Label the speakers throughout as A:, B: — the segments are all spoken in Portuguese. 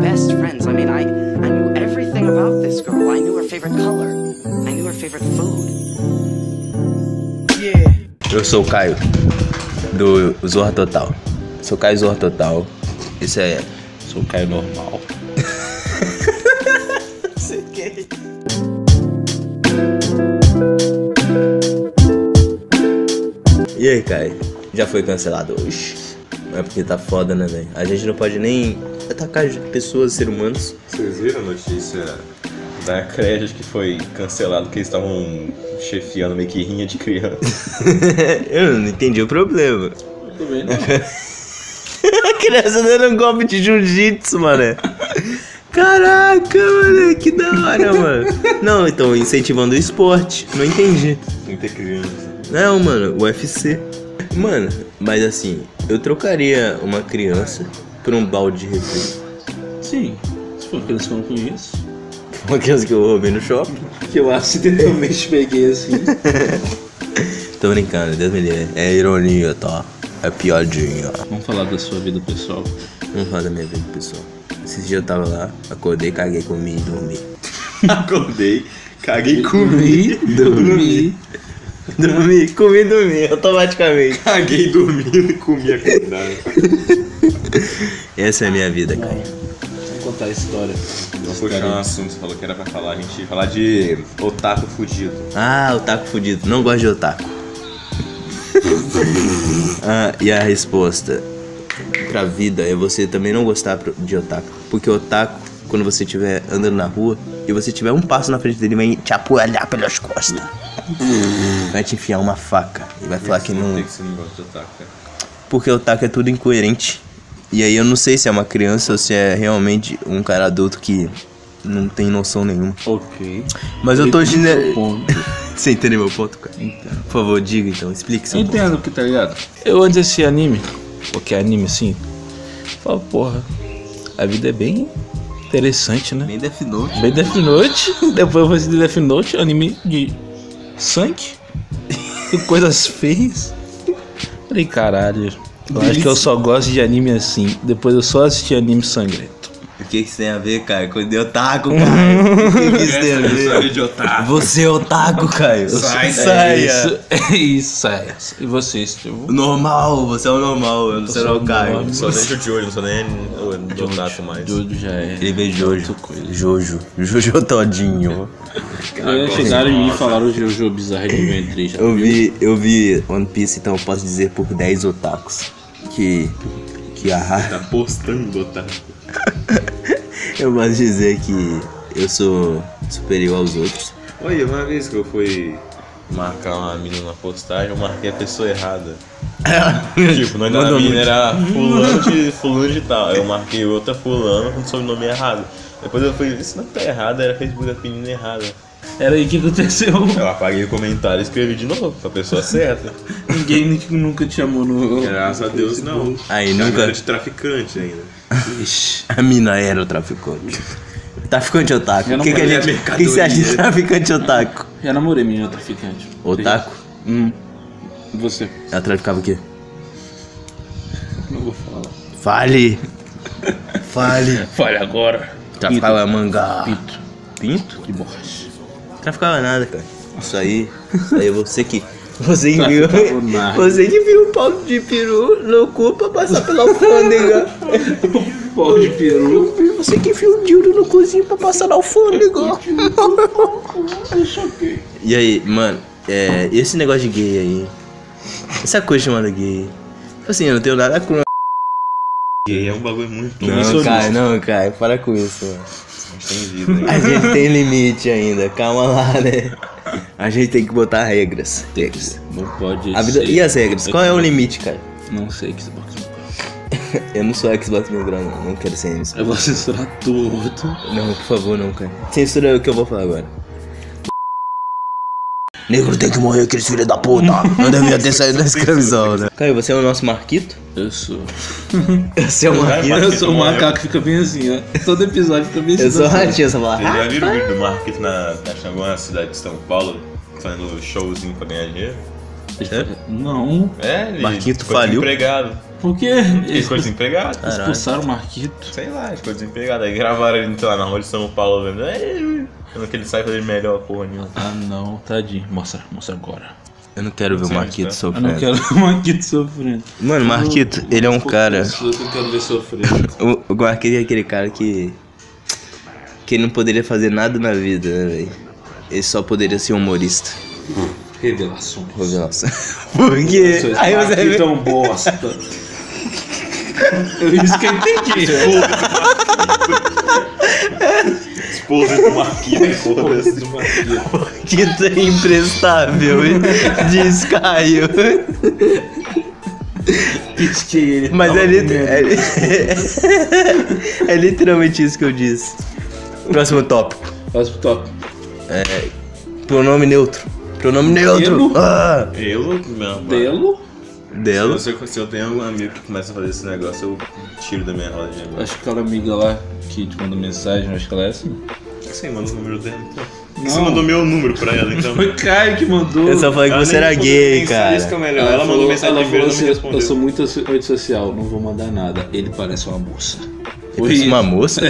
A: best friends. I mean, I, I knew everything about this girl. I knew her favorite color. I knew her favorite food.
B: Eu sou o Caio, do Zorra Total. Sou o Caio Zorra Total. Esse é. Sou o Caio normal. E aí, Caio? Já foi cancelado hoje? É porque tá foda, né, velho? A gente não pode nem atacar pessoas, seres humanos.
C: Vocês viram a notícia da Credit que foi cancelado porque eles estavam chefiando meio que rinha de criança.
B: Eu não entendi o problema.
D: Tudo bem, né?
B: A criança dando um golpe de jiu-jitsu, mano. Caraca, mano, que da hora, mano. Não, então, incentivando o esporte. Não entendi.
C: Muita criança.
B: Não, mano, UFC. Mano, mas assim, eu trocaria uma criança por um balde de refri.
D: Sim. Se for criança que eu não conheço.
B: Uma criança que eu roubei no shopping.
D: Que eu acidentalmente peguei assim.
B: Tô brincando, Deus me livre. É ironia, tá? É piadinha.
D: Vamos falar da sua vida pessoal.
B: Vamos falar da minha vida, pessoal. Esses dias eu tava lá, acordei, caguei, comi e dormi.
C: Acordei, caguei, comi,
D: dormi.
B: Dormi, comi e dormi, automaticamente.
C: caguei, dormi e comi acordado.
B: Essa é a minha vida, cara.
D: Vamos contar a história.
C: Vamos puxar um assunto, você falou que era pra falar, a gente ia falar de otaku fudido.
B: Ah, otaku fudido. Não gosto de otaku. ah, e a resposta pra vida é você também não gostar pro- de otaku. Porque otaku, quando você estiver andando na rua e você tiver um passo na frente dele, vai te apoiar pelas costas. Vai te enfiar uma faca Uhum. e vai falar que não.
C: Tem que ser um negócio de otaku, cara.
B: Porque otaku é tudo incoerente. E aí eu não sei se é uma criança ou se é realmente um cara adulto que não tem noção nenhuma.
D: Ok.
B: Mas eu tô
D: Entendo
B: gener...
D: o ponto.
B: Você entendeu meu ponto, cara?
D: Entendo.
B: Por favor, diga então, explique seu ponto.
C: É,
D: Entendo porque tá ligado? Eu antes desse é anime, porque é anime assim, falo, porra, a vida é bem interessante, né?
B: Nem Death Note.
D: Bem Death Note, depois eu fazer Death Note, anime de sangue e coisas feias. Falei, caralho, eu acho que eu só gosto de anime assim. Depois eu só assisti anime sangrento.
B: O que, que isso tem a ver, Caio? Quando eu taco, Caio. O que, que isso tem a
C: História
B: ver?
C: de otaku.
B: Você é otaku, Caio.
C: Sai daí.
B: Saia.
D: É isso, é isso, é isso. E você, Estevão?
B: Normal, você é o normal, eu não sou o Caio.
D: normal.
C: Só deixa o Jojo, não sou nem o de otaku mais.
D: Jojo já é.
B: Ele veio Jojo. Jojo. Jojo todinho.
D: Eles chegaram em mim e falaram Jojo Bizarre de Ventre.
B: Eu vi, eu vi One Piece, então eu posso dizer por 10 otakus. Que. Que a
C: Tá postando otaku.
B: Eu posso dizer que eu sou superior aos outros.
C: Olha, uma vez que eu fui marcar uma mina na postagem, eu marquei a pessoa errada. tipo, o nome da
B: Mandou
C: mina era fulano de, fulano de tal. Eu marquei outra fulano com sobrenome errado. Depois eu fui, isso não tá errado, era Facebook da menina errada.
D: Era aí que aconteceu.
C: Eu apaguei o comentário e escrevi de novo, pra pessoa certa.
D: Ninguém que nunca te chamou no.
C: Graças a Deus não.
B: Aí
C: Não
B: nunca.
C: era de traficante ainda.
D: Ixi.
B: A mina era o traficante. Traficante otaku.
D: Eu
B: O
D: não
B: que, que a
C: falei a
B: gente. O que que você acha de
C: mercadoria.
B: traficante otaku?
D: Já namorei menina traficante.
B: Otaku?
D: Hum. Você.
B: Ela traficava o quê?
D: Não vou falar.
B: Fale! Fale!
D: Fale agora.
B: Traficava mangá.
D: Pinto.
B: Pinto?
D: Que borracha.
B: Traficava nada, cara. Isso aí. Isso aí você que. Você que viu.
D: Traficava nada.
B: Você que viu o pau de peru no cu pra passar pela alfândega.
D: Pau de peru.
B: Você que viu o dildo no cozinho pra passar na alfândega. E aí, mano, é, esse negócio de gay aí. Essa coisa chamada gay. Tipo Assim, eu não tenho nada contra.
C: Gay é um bagulho muito
B: Não, cara, não, cara, para com isso, mano.
C: Tem vida, hein?
B: A gente tem limite ainda, calma lá, né? A gente tem que botar regras. regras.
D: Não pode.
B: A vida-
D: ser.
B: E as regras? Qual é o limite, cara?
D: Não sei que Xbox One.
B: Eu não sou Xbox Mil Grau, não. Não quero ser isso.
D: Eu vou censurar tudo.
B: Não, por favor, não, cara. Censura é o que eu vou falar agora. Negro tem que morrer, aqueles filhos da puta. Não devia ter saído da escravidão, né? Caio, você é o nosso Marquito?
D: Eu sou.
B: Você é o Marquito?
D: Eu sou um macaco que fica bem assim, ó. Todo episódio fica bem assim.
B: Eu sou o Ratinho, você fala.
C: Vocês
B: "Ah,
C: já viram o vídeo do Marquito na, na- em alguma cidade de São Paulo fazendo showzinho pra ganhar dinheiro?
D: Não.
C: É, ele
B: Marquito
C: ficou
B: faliu.
C: desempregado.
D: Porque
C: Ele
D: eles
C: ficou desempregado?
D: expulsaram o Marquito.
C: Sei lá, ele ficou desempregado. Aí gravaram ele, sei lá, na rua de São Paulo, vendo. "Ei", Vendo aquele cycle dele melhor, porra nenhuma.
D: Ah não, tadinho. Mostra, mostra agora.
B: Eu não quero ver o
C: Sim,
B: Marquito
C: tá.
D: né? Eu não
B: sofrendo.
D: quero o Marquito sofrendo.
B: Mano, Marquito, ele é um cara.
D: Eu não quero ver sofrendo.
B: O, o Marquito é aquele cara que. que ele não poderia fazer nada na vida, né, velho? Ele só poderia ser humorista.
D: Revelações.
B: Revelação. Por quê? Aí você
D: Marquito
B: vê.
D: é um bosta. Eu isso que eu entendi.
C: Esposa do Marquinhos, foda-se.
B: Marquito é imprestável. hein? Diz Caio.
D: Diz que ele
B: Mas
D: tava
B: é, lit-
D: com medo.
B: é li- é literalmente isso que eu disse. Próximo tópico.
D: Próximo tópico.
B: Pronome neutro. Pronome neutro.
D: Pelo.
B: Ah,
C: Eu, meu
D: Delo?
B: dela.
C: Eu sei que se eu tenho um amigo que começa a fazer esse negócio, eu tiro da minha roda de amigos.
D: Acho que aquela amiga lá que te mandou mensagem, acho que ela é assim.
C: Por que você manda o número dela então? Por que
D: Não.
C: você mandou meu número pra ela então?
D: Foi o Caio que mandou.
B: Eu só falei que
C: Ela
B: você
C: nem
B: era
C: respondeu
B: gay,
C: mensagem,
B: cara.
C: isso que é o melhor. Ela, mandou
D: falou-
C: mensagem
D: ela
C: primeiro e não
D: falou
C: me
D: assim, Eu sou
C: respondeu.
D: muito anti- antissocial, não vou mandar nada. Ele parece uma moça. Foi
B: Parece
D: isso.
B: Uma moça?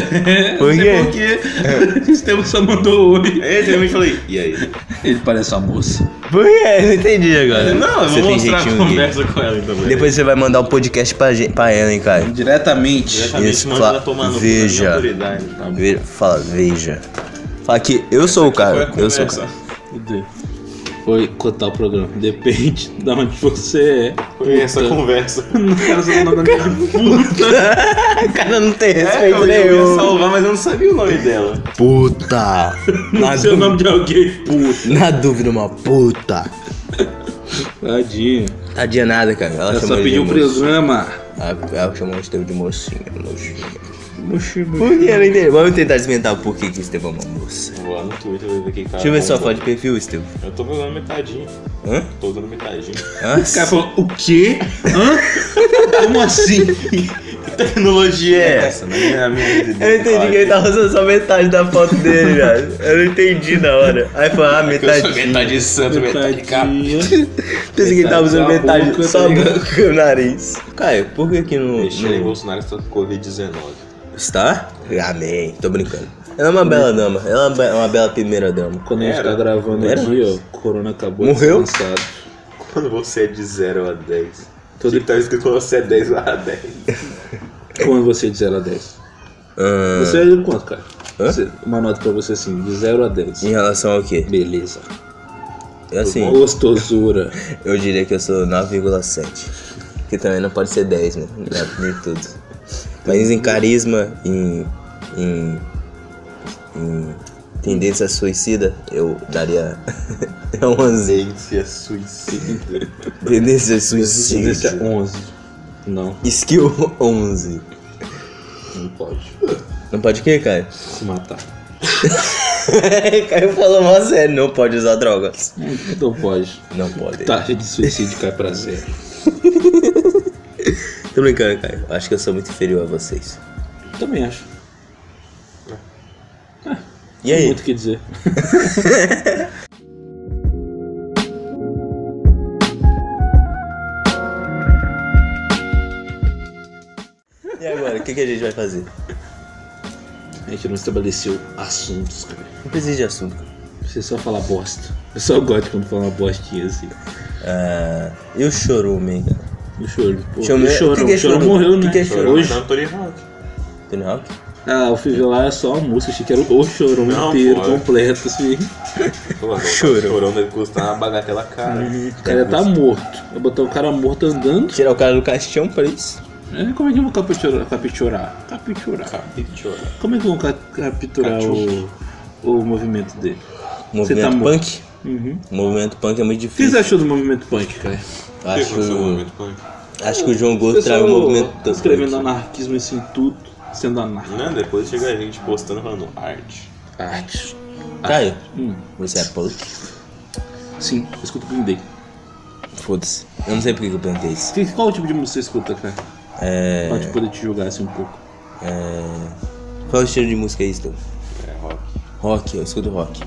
B: Por
D: Não sei
B: quê?
D: por quê. O sistema só mandou oi.
C: Aí eu também falei, e aí?
D: Ele parece uma moça.
B: Por quê? Não entendi agora.
C: Não, eu
B: Você
C: vou
B: tem
C: mostrar a
B: jeitinho gay.
C: conversa com ela então. velho.
B: Depois você vai mandar o podcast pra, gente, pra ela, hein, cara.
D: Diretamente.
C: Exatamente,
B: Isso,
C: manda
B: claro.
C: ela tomar no cu da minha
B: Veja.
C: autoridade.
B: Ve- Fala, veja. Fala que eu sou o
C: Foi a
B: cara. Eu sou o
C: conversa.
B: cara.
D: Meu Deus. Foi cotar o programa. Depende de onde você é.
C: Foi essa
D: Puta.
C: conversa.
D: Não quero ser nome da minha puta.
B: O cara não tem
C: É,
B: respeito
C: eu, eu ia
B: nenhum.
C: salvar, mas eu não sabia o nome dela.
B: Puta. Na,
D: Não sei o
B: dú-
D: nome de alguém, puta.
B: na dúvida, uma puta.
D: Tadinho.
B: Tadinha nada, cara. Ela
D: Ela
B: chamou
D: só
B: ele de
D: pediu o
B: moço.
D: programa.
B: Ela, ela chamou o Estevão de mocinha, mocinha. Por que? Eu não entendi. Vamos tentar desmentar por que que o Estevão é uma moça.
C: Vou lá no Twitter ver quem cara.
B: Deixa eu ver sua
C: bomba.
B: foto de perfil, Estevão.
C: Eu tô usando metadinha.
B: Hã?
C: Tô usando metadinha.
B: Hã?
D: O cara falou, o quê? Hã? Como assim?
C: Que tecnologia é essa? Na minha, na minha
B: Eu não entendi que ele tá tava usando só metade da foto dele, velho. Eu não entendi na hora. Aí foi,
D: É
B: ah, metade.
C: Metade santo, metade capa.
D: Tadinha.
B: Pensei que ele tava usando
D: metade
B: metade,
D: da boca,
B: só
D: tá
B: a
D: ligado?
B: boca e o nariz. Caio, por que que não...
C: Michele
B: não...
C: Bolsonaro está com Covid-19.
B: Está? tá? Amém, tô brincando. Ela é uma bela dama, ela é uma, be- uma bela primeira dama.
D: Quando a gente
C: Era.
D: tá gravando
B: Era.
D: aqui, ó, o corona acabou tá
B: Morreu?
D: de ser lançado.
C: Quando você é de 0 a 10.
D: Todo-
C: Todo que tá escrito quando você é 10 barra 10.
D: Quando você é de 0 a 10?
B: Ahn,
D: Você é de quanto, cara?
B: Ah. Hã?
D: Você- Uma nota pra você assim, de 0 a 10.
B: em relação ao quê?
D: Beleza.
B: Eu, assim,
D: Gostosura.
B: eu diria que eu sou 9,7. Que também não pode ser 10, né? Não, Nem tudo. Mas em carisma, em... em... em tendência suicida, eu daria... é um 11.
C: Gente, é suicídio.
B: Tendência
D: Existe
B: suicida.
D: 11. é Não,
B: Skill 11.
D: não pode.
B: Não pode o quê, Caio?
D: Se matar.
B: Caio falou mó sério, não pode usar drogas.
D: Não pode.
B: Não pode.
D: Taxa de suicídio cai pra zero.
B: Tô brincando, Caio. Acho que eu sou muito inferior a vocês.
D: Também acho.
B: E aí?
D: Muito o que dizer.
B: E agora? O que, que a gente vai fazer?
D: A gente não estabeleceu assuntos, cara.
B: Não precisa de assunto.
D: Você só fala bosta. Eu só gosto quando fala uma bostinha assim.
B: Ah, e o chorume, hein, cara?
D: O choro. Pô,
B: Deixa eu ver.
D: o choro.
B: O que que é
D: o choro
B: choro?
D: morreu,
B: O que
D: né?
B: que é choro?
D: Hoje.
C: Não, Tony Hawk.
B: Tony Hawk?
D: Ah, o Fivelar é só uma música. Achei que era o chorão
C: Não,
D: inteiro,
C: pô.
D: completo, assim.
C: Mano,
B: Chorão.
C: Chorão deve custar uma bagatela cara.
B: Hum.
D: O cara tá morto. Eu botar o cara morto andando.
B: Tirar o cara do caixão pra isso?
D: É, Como é que eu vou capturar? Capturar. Capturar.
C: Capitiola.
D: Como é que eu vou ca- capturar o, o movimento dele?
B: Movimento
D: tá morto.
B: punk?
D: Uhum.
B: O movimento punk é muito
D: O que
B: difícil.
D: você achou do movimento punk, cara?
B: Acho que,
C: aconteceu no
B: o,
C: momento, punk?
B: acho que o João Gordo traz o movimento punk.
D: escrevendo anarquismo assim tudo, sendo anarquista.
C: Não, depois chega a gente postando falando arte.
D: Arte.
B: Caio,
D: Hum,
B: você é punk?
D: sim, eu escuto Green Day.
B: Foda-se. Eu não sei por que que eu perguntei isso.
D: Que- Qual tipo de música você escuta, cara?
B: É...
D: Pra te poder te julgar assim um pouco.
B: É... Qual é o estilo de música é isso, Doug?
C: É rock.
B: Rock, eu escuto rock.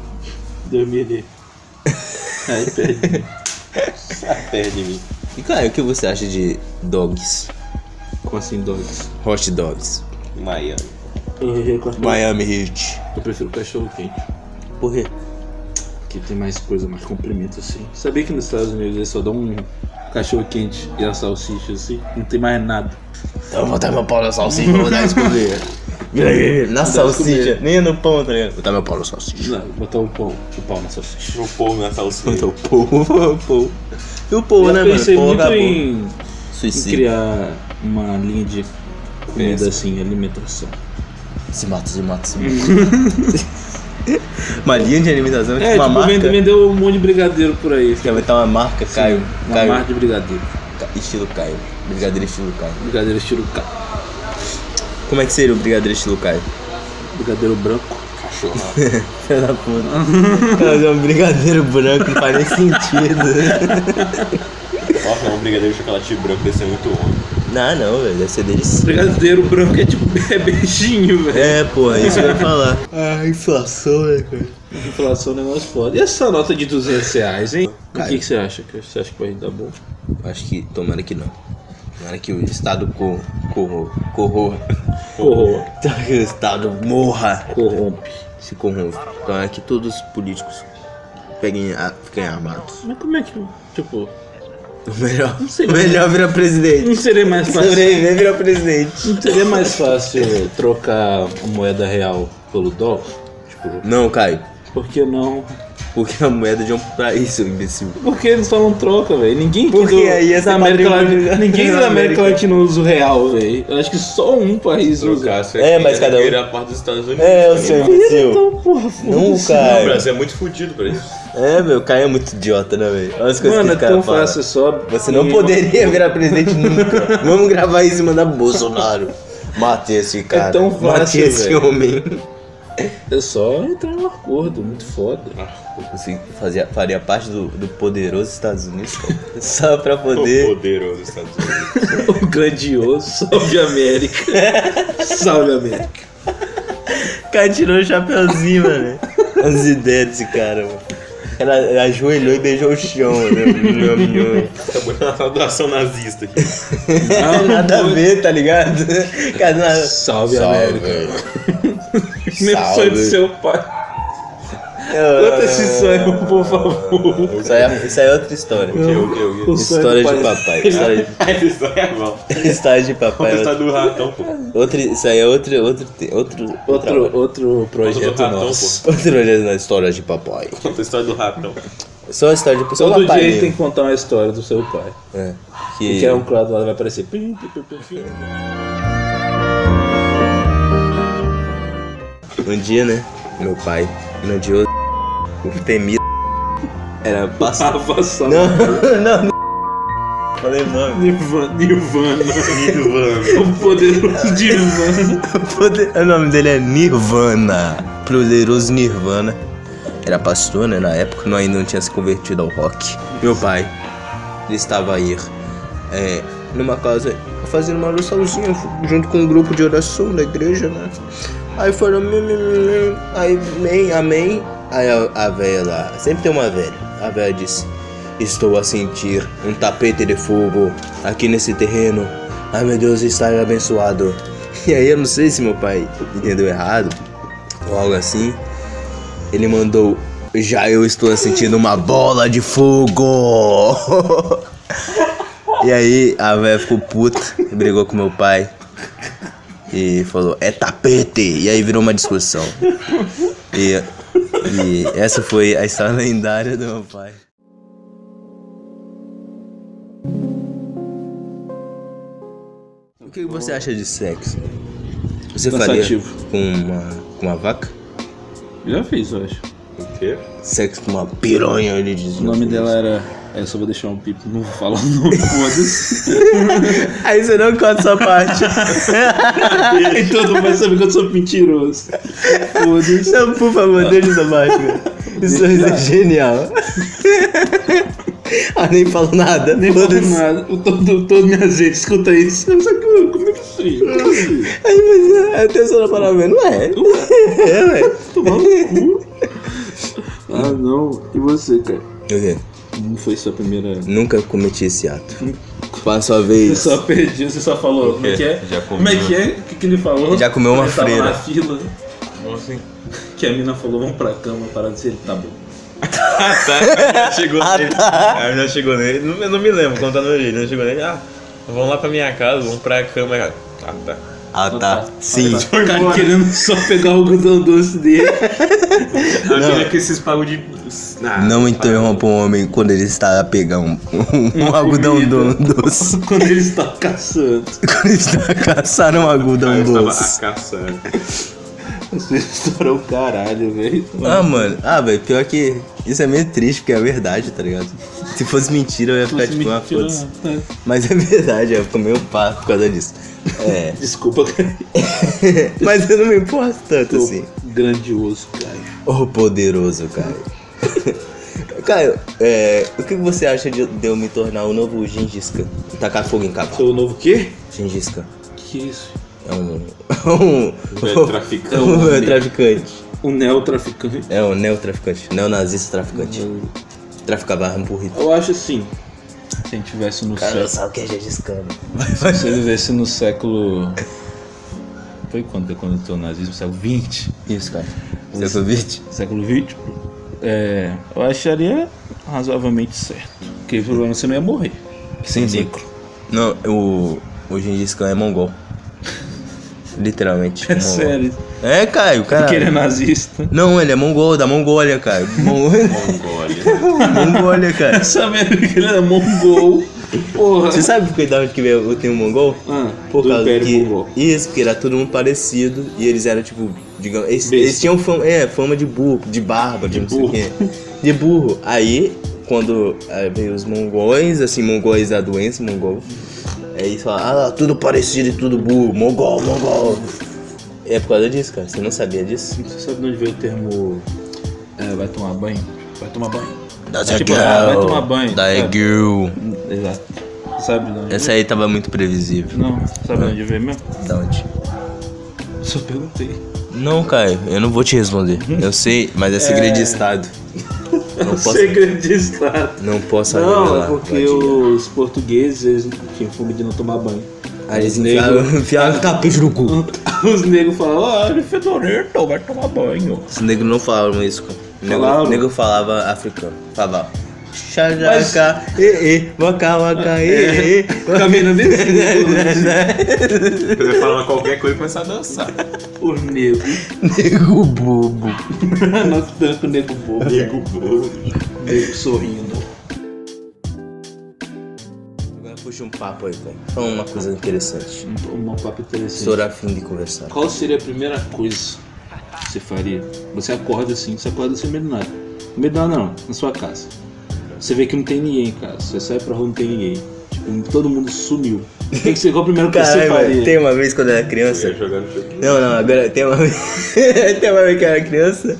D: Deus me livre. Aí perde.
C: Perde mim.
B: E cara, o que você acha de dogs?
D: com assim dogs.
B: Hot dogs.
C: Miami.
D: Eu rejeito cachorro.
B: Miami Heat.
D: Eu prefiro cachorro quente.
B: Por quê?
D: Que tem mais coisa, mais complemento assim. Sabia que nos Estados Unidos eles só dão um cachorro quente e a salsicha assim? Não tem mais nada.
B: Então eu vou botar meu pau na salsicha, vou botar isso por ver. Vira aí, vira aí, Na salsicha, nem no pão, tá ligado? Vou botar meu pau na salsicha.
D: Não, botar o pão, o pau na salsicha.
C: O povo na salsicha.
B: Então, pô, pô. E o pô,
D: Eu
B: né, mano?
D: pensei
B: Pô,
D: muito
B: acabou.
D: em, em
B: Suicídio.
D: criar uma linha de comida assim, alimentação.
B: Se mata, se mata, se mata. uma linha de alimentação,
D: É,
B: tipo uma
D: tipo,
B: marca.
D: vende- vendeu um monte de brigadeiro por aí.
B: Quer inventar uma marca, Caio.
D: Uma
B: Caio.
D: marca de brigadeiro.
B: Ca- Estilo Caio. Brigadeiro estilo Caio.
D: Brigadeiro estilo ca-
B: Como é que seria o brigadeiro estilo Caio?
D: brigadeiro branco.
C: Cachorro.
B: Filha da puta. Cara, é um brigadeiro branco, não faz nem sentido.
C: Nossa, não, um brigadeiro de chocolate branco deve ser muito ruim.
B: não, não, velho. Deve ser delicioso.
D: Brigadeiro branco é tipo é beijinho, velho.
B: É, porra, isso que eu ia falar. Ah, inflação, né, cara?
D: Inflação é um negócio foda. E essa nota de 200 reais, hein? O
B: Cara.
D: que, que você acha? Que Você acha que vai dar bom?
B: Acho que, tomara que não. Tomara que o Estado co- corro- corroa.
D: Corro-
B: Tomara que o Estado morra.
D: Corrompe.
B: Se corrompe. Tomara que todos os políticos peguem a, fiquem armados.
D: Mas como é que. Tipo,
B: O melhor,
D: Não sei,
B: o melhor virar
D: não
B: presidente.
D: seria mais fácil.
B: Sobreviver virar presidente.
D: Não seria mais fácil trocar a moeda real pelo dólar? Tipo,
B: Não, Caio.
D: por que não?
B: Porque a moeda de um país, seu imbecil.
D: Por que eles falam troca, velho? Ninguém aqui
B: Porque
D: do,
B: aí ia ser
D: da América
B: patrimônio
D: Latina. Ninguém
B: da
D: da América
B: América.
D: Latina usa o real, velho. Eu acho que só um país usa.
C: Trocar,
B: É, mas cada um-
C: Virar parte dos Estados Unidos.
B: É, o
C: tá
B: seu
C: ligado?
B: imbecil.
D: Então, porra,
B: Não,
D: foda-se.
C: Não, o
B: Caio.
C: Brasil é muito fodido pra isso.
B: É, meu, o Caio é muito idiota, né, velho? Olha as coisas
D: Mano,
B: que
D: é
B: o cara
D: tão
B: fala.
D: fácil só.
B: Você não
D: E-
B: poderia virar presidente nunca. Vamos gravar isso e mandar pro Bolsonaro. Matei esse cara.
D: É tão fácil,
B: Matei esse
D: velho.
B: homem.
D: É só entrar no acordo, muito foda.
B: Você Assim, fazia, faria parte do, do poderoso Estados Unidos cara. só pra
C: O
B: poder.
C: poderoso dos Estados Unidos.
D: O grandioso Salve América. Salve América.
B: O cara tirou o chapeuzinho, mano. As ideias desse cara, mano. O cara ajoelhou e beijou o chão, né? Nham, nham.
C: Acabou na Tá saudação nazista aqui.
D: Não,
B: Nada a ver, tá ligado? Cara, é- na-
D: Salve, América.
B: Salve.
D: Meu
B: Ah.
D: sonho do seu pai. Conta esse sonho, por favor.
B: Isso aí é- isso aí é outra história.
C: O que, o que, o que?
B: História
D: O um sonho
B: de
D: do pai.
B: papai. História
C: Essa história é bom.
B: de, história de papai.
C: Conta a
B: é outra-
C: história do ratão, pô.
B: Outro, isso aí é outro, outro, te- outro, outra hora.
D: Outro, outro projeto
C: ratão,
D: nosso.
B: outro olhando na história de papai.
C: Conta a história do ratão.
B: Só a história de só
D: Todo dia
B: papai
D: ele tem
B: mesmo.
D: que contar uma história do seu pai.
B: É,
D: E
B: que
D: que é um quadro lá vai aparecer. Pim, pim, pim, pim, pim.
B: um dia, né, meu pai, grandioso, o temido, era passado.
D: Salvação.
B: É, Não, não, não. Falei o nome.
D: Nirvana. Nirvana.
C: Nirvana.
D: O poderoso Nirvana.
B: O poder- O nome dele é Nirvana. Poderoso Nirvana. Era pastor, né, na época, não, ainda não tinha se convertido ao rock. Meu pai, ele estava aí, é, numa casa, fazendo uma oraçãozinha junto com um grupo de oração da igreja, né? Aí foram, mim, mim, mim, mim, aí amém, amém. Aí a, a velha lá, sempre tem uma velha, a velha disse: Estou a sentir um tapete de fogo aqui nesse terreno. Ai meu Deus, está abençoado. E aí eu não sei se meu pai entendeu errado ou algo assim. Ele mandou: Já eu estou sentindo uma bola de fogo. e aí a velha ficou puta, brigou com meu pai. E falou, é tapete! E aí virou uma discussão. E, e essa foi a história lendária do meu pai. O que você acha de sexo? Você
D: Cansativo.
B: faria com uma, com uma vaca?
D: Já fiz, eu acho.
C: O quê?
B: Sexo com uma piranha, ele dizia.
D: O nome dela era. É, só vou deixar um pipo, não vou falar o nome, foda-se. é-
B: Aí você não conta essa parte.
D: e todo mundo sabe que Então, eu sou mentiroso. Foda-se.
B: Não, por favor, deixa essa parte, velho. Isso é genial. ah, nem falo nada.
D: Nem vou
B: foda-se.
D: nada. O todo, todo minha gente escuta isso. Eu só que eu comi é que frio.
B: Aí, mas é, a terceira palavra, não é? É, velho.
D: Tomar no cu. Ah, não. E você, cara?
B: Eu
D: Não foi sua primeira.
B: nunca cometi esse ato. Passa a
D: Você
B: vez.
D: só perdi, você só falou. Como é que é?
C: Já comeu.
D: Como é que é? O que, que ele falou?
B: Já comeu uma
D: ele tava
B: freira.
D: na fila,
C: Como assim?
D: que a mina falou, vamos pra cama, parar de ser ele, tá bom.
C: Ah, tá. Já chegou nele.
B: tá.
C: Ah, já chegou nele. Não, eu não me lembro quando tá no orelha. Já chegou nele. Ah, vamos lá pra minha casa, vamos pra cama. Ah, tá.
B: Ah, tá. Sim.
D: O cara querendo só pegar o algodão doce dele. Aquele que esses pagos de. Ah,
B: Não interrompa um homem quando ele está a pegar um, um, um algodão do- doce.
D: Quando ele está caçando.
B: Quando ele está a caçar um
C: Ah,
B: algodão
C: eu estava
B: doce.
C: a caçando.
D: Você estourou o caralho, velho.
B: Ah, mano. Ah, velho, pior que isso é meio triste, porque é verdade, tá ligado? Se fosse mentira, eu ia ficar
D: Você
B: tipo, ah,
D: me tirou-
B: foda-se. Mas é verdade, eu fico meio pá por causa disso. É.
D: Desculpa, cara.
B: Mas eu não me importo tanto assim.
D: Grandioso, cara.
B: Ô poderoso, Caio. Caio, é, o que você acha de, de eu me tornar o novo Gengis Khan? Tacar fogo em cavalo.
D: Seu novo quê?
B: Gengis Khan.
D: Que isso? É
B: É um. um
C: Velho traficante.
B: um velho traficante.
D: O neotraficante.
B: É um neotraficante. Neonazista traficante. é Traficava arma por rito.
D: Eu acho assim. Se a gente tivesse no
B: Cara, não
D: século.
B: sabe o que é Gengis Khan.
D: Se ele vivesse no século. Foi quando que aconteceu o nazismo? Século XX?
B: Isso, cara. Você é convite?
D: século XX, é, eu acharia razoavelmente certo. Porque pelo menos você não ia morrer.
B: Sim, sim. Não, o. O Gengis Khan é mongol. Literalmente.
D: É
B: mongol.
D: sério.
B: É, Caio, cara.
D: Porque ele é nazista.
B: Não, ele é mongol, da Mongólia, cara. Mongólia.
C: Mongólia.
B: Mongólia, cara.
D: Essa merda Tá que ele é mongol. Porra.
B: Você sabe porque da onde que veio o termo mongol?
D: Ah,
B: Por
D: do
B: causa
D: Império
B: que...
D: Mongol.
B: Isso, porque era todo mundo parecido e eles eram, tipo, digamos... Eles,
D: Besta.
B: eles tinham fama, é, fama de burro, de barba, de, não sei o
D: burro.
B: quê. De burro. Aí, quando ah, veio os mongóis, assim, mongóis da doença, mongol... Aí eles falaram, ah, tudo parecido e tudo burro, mongol, mongol. É por causa disso, cara. Você não sabia disso?
D: Você sabe de onde veio o termo. é, vai tomar banho? Vai tomar banho.
B: That's
D: a Tipo, girl. ah, vai tomar banho,
B: That's a é,
D: sabe?
B: girl.
D: Exato. Sabe de onde
B: Essa aí tava muito previsível.
D: veio? Não, sabe de onde veio mesmo?
B: Da onde?
D: Só perguntei.
B: Não, Caio, eu não vou te responder.
D: Uhum.
B: Eu sei, mas é segredo de Estado. Eu não posso,
D: Segredo de Estado.
B: não posso
D: Não,
B: revelar,
D: é porque
B: Vladimir.
D: os portugueses eles tinham fome de não tomar banho.
B: Aí eles
D: os negros-
B: enfiaram, enfiaram o tapete tá no cu.
D: Os negros falam, ah, ele é fedorento, vai tomar banho.
B: Os negros não falavam isso, cara. O negro,
D: Falavam?
B: o negro falava africano. Falava. Xajaca, e e, waka waka,
D: É.
B: e e.
D: Caminhando desse
C: Depois eu falava qualquer coisa e começar a dançar.
D: O nego.
B: Nego bobo.
D: Nosso tanto nego bobo.
C: Nego bobo.
D: Nego sorrindo.
B: Agora puxa um papo aí, cara. Fala uma coisa interessante.
D: Um, um papo interessante.
B: Estou afim de conversar.
D: Qual seria a primeira coisa que você faria? Você acorda assim, você acorda sem medo de nada. Medo de nada não, na sua casa. Você vê que não tem ninguém em casa, você sai pra rua não tem ninguém. Tipo, todo mundo sumiu. O que que você, qual a primeira coisa que você
B: Caralho,
D: faria?
B: velho, tem uma vez quando eu era criança.
C: Você jogar no jogo.
B: Não, não, agora tem uma vez. tem uma vez que eu era criança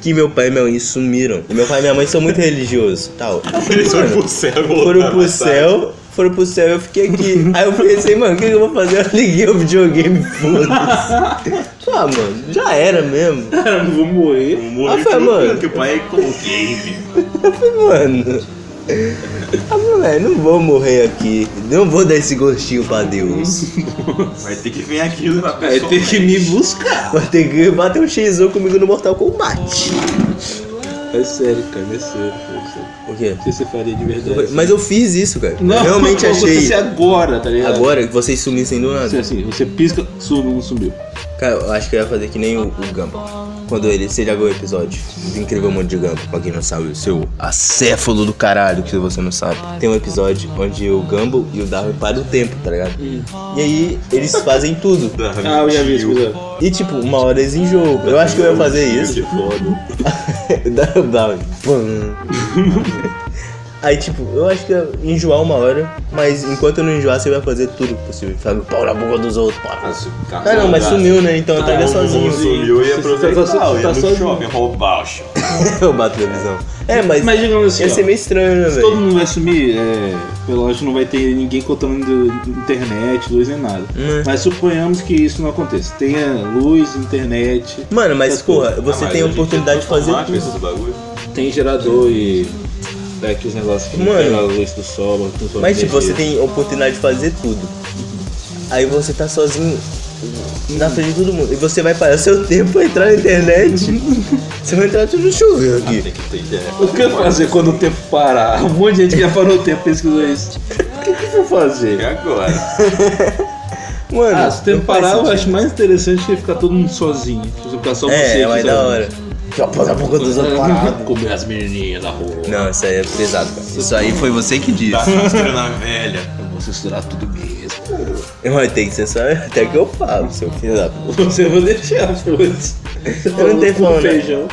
B: que meu pai e minha mãe sumiram. E meu pai e minha mãe são muito religiosos. Tal.
C: Eles foram pro céu,
B: Foram
C: voltaram,
B: pro
C: sabe?
B: céu, foram pro céu eu fiquei aqui. Aí eu pensei, mano, o que que eu vou fazer? Eu liguei o videogame, foda-se. Ah, mano, já era mesmo.
D: Cara, não vou morrer.
C: Humor
B: Ah, foi, mano.
C: Que o pai é com game.
B: Eu falei, mano. Ah, moleque, não vou morrer aqui. Não vou dar esse gostinho pra Deus.
C: Vai ter que vir aquilo na
D: Aí
C: pessoa.
D: tem que me buscar.
B: Vai ter que bater um X1 comigo no Mortal Kombat.
D: É sério, cara, é sério. É sério.
B: O quê?
D: O que você faria de verdade?
B: Mas eu fiz isso, cara. Realmente achei.
D: Acontece agora, tá ligado?
B: Agora que vocês sumissem do
D: Assim,
B: nada.
D: assim, você pisca, sumiu, não sumiu.
B: Cara, eu acho que eu ia fazer que nem o, o Gamba. Quando ele, você já viu o episódio do Incrível Mundo de Gamba, pra quem não sabe, o seu acéfalo do caralho, que você não sabe. Tem um episódio onde o Gumball e o Darwin param o tempo, tá ligado? E aí eles fazem tudo.
D: Ah, eu já vi isso,
B: E tipo, uma hora eles enjoam. Eu acho que eu ia fazer isso. Dá- dá- pum. Aí, tipo, eu acho que ia enjoar uma hora, mas enquanto eu não enjoasse, eu ia fazer tudo possível. Sabe, pau na boca dos outros, pau na... Ah, não, mas sumiu, né? Então
C: Tá
B: eu estaria sozinho.
C: Sumiu e ia aproveitar.
D: Você tá
C: Tá, ia no
D: sozinho.
C: shopping roubar o shopping.
B: eu bato na visão. É, mas
D: Mas digamos assim,
B: ia ser
D: ó,
B: meio estranho, né,
D: Todo
B: velho?
D: mundo vai sumir, é, pelo lógico não vai ter ninguém controlando internet, luz nem nada.
B: Hum.
D: Mas suponhamos que isso não aconteça. Tenha luz, internet,
B: Mano, mas
D: Tá tudo.
B: porra, você tem a oportunidade de fazer tudo.
C: bagulho.
D: tem gerador e É que os negócios que
B: Mano.
D: pegam a luz do sol, bota sua
B: Mas tipo, você
D: energia.
B: tem oportunidade de fazer tudo. Aí você tá sozinho na frente de todo mundo. E você vai parar seu tempo pra entrar na internet. você vai entrar tudo choveu aqui.
C: Ah, Tem que ter ideia.
D: O que eu vou fazer quando o tempo parar? Um monte de gente que já parou o tempo pesquisou isso. É, O que, que eu vou
C: E
D: fazer?
C: agora?
B: Mano,
D: Ah, se o
B: não faz
D: tempo parar, eu
B: sentido.
D: acho mais interessante que ficar todo mundo sozinho. Você ficar só você.
B: É,
D: aqui tá
B: vai
D: sozinho.
B: da hora. Só pôs
C: um
B: a boca dos outros parados.
D: Comer as menininhas da rua.
B: Não, isso aí é pesado, cara. Isso aí foi você que disse.
C: Tá sentindo na velha.
D: Eu vou censurar tudo mesmo.
B: Mas tem que ser só até que eu falo, seu filho da puta.
D: Você vai deixar, foda-se.
B: Eu não tenho
D: Com
B: fome, né?
D: feijão.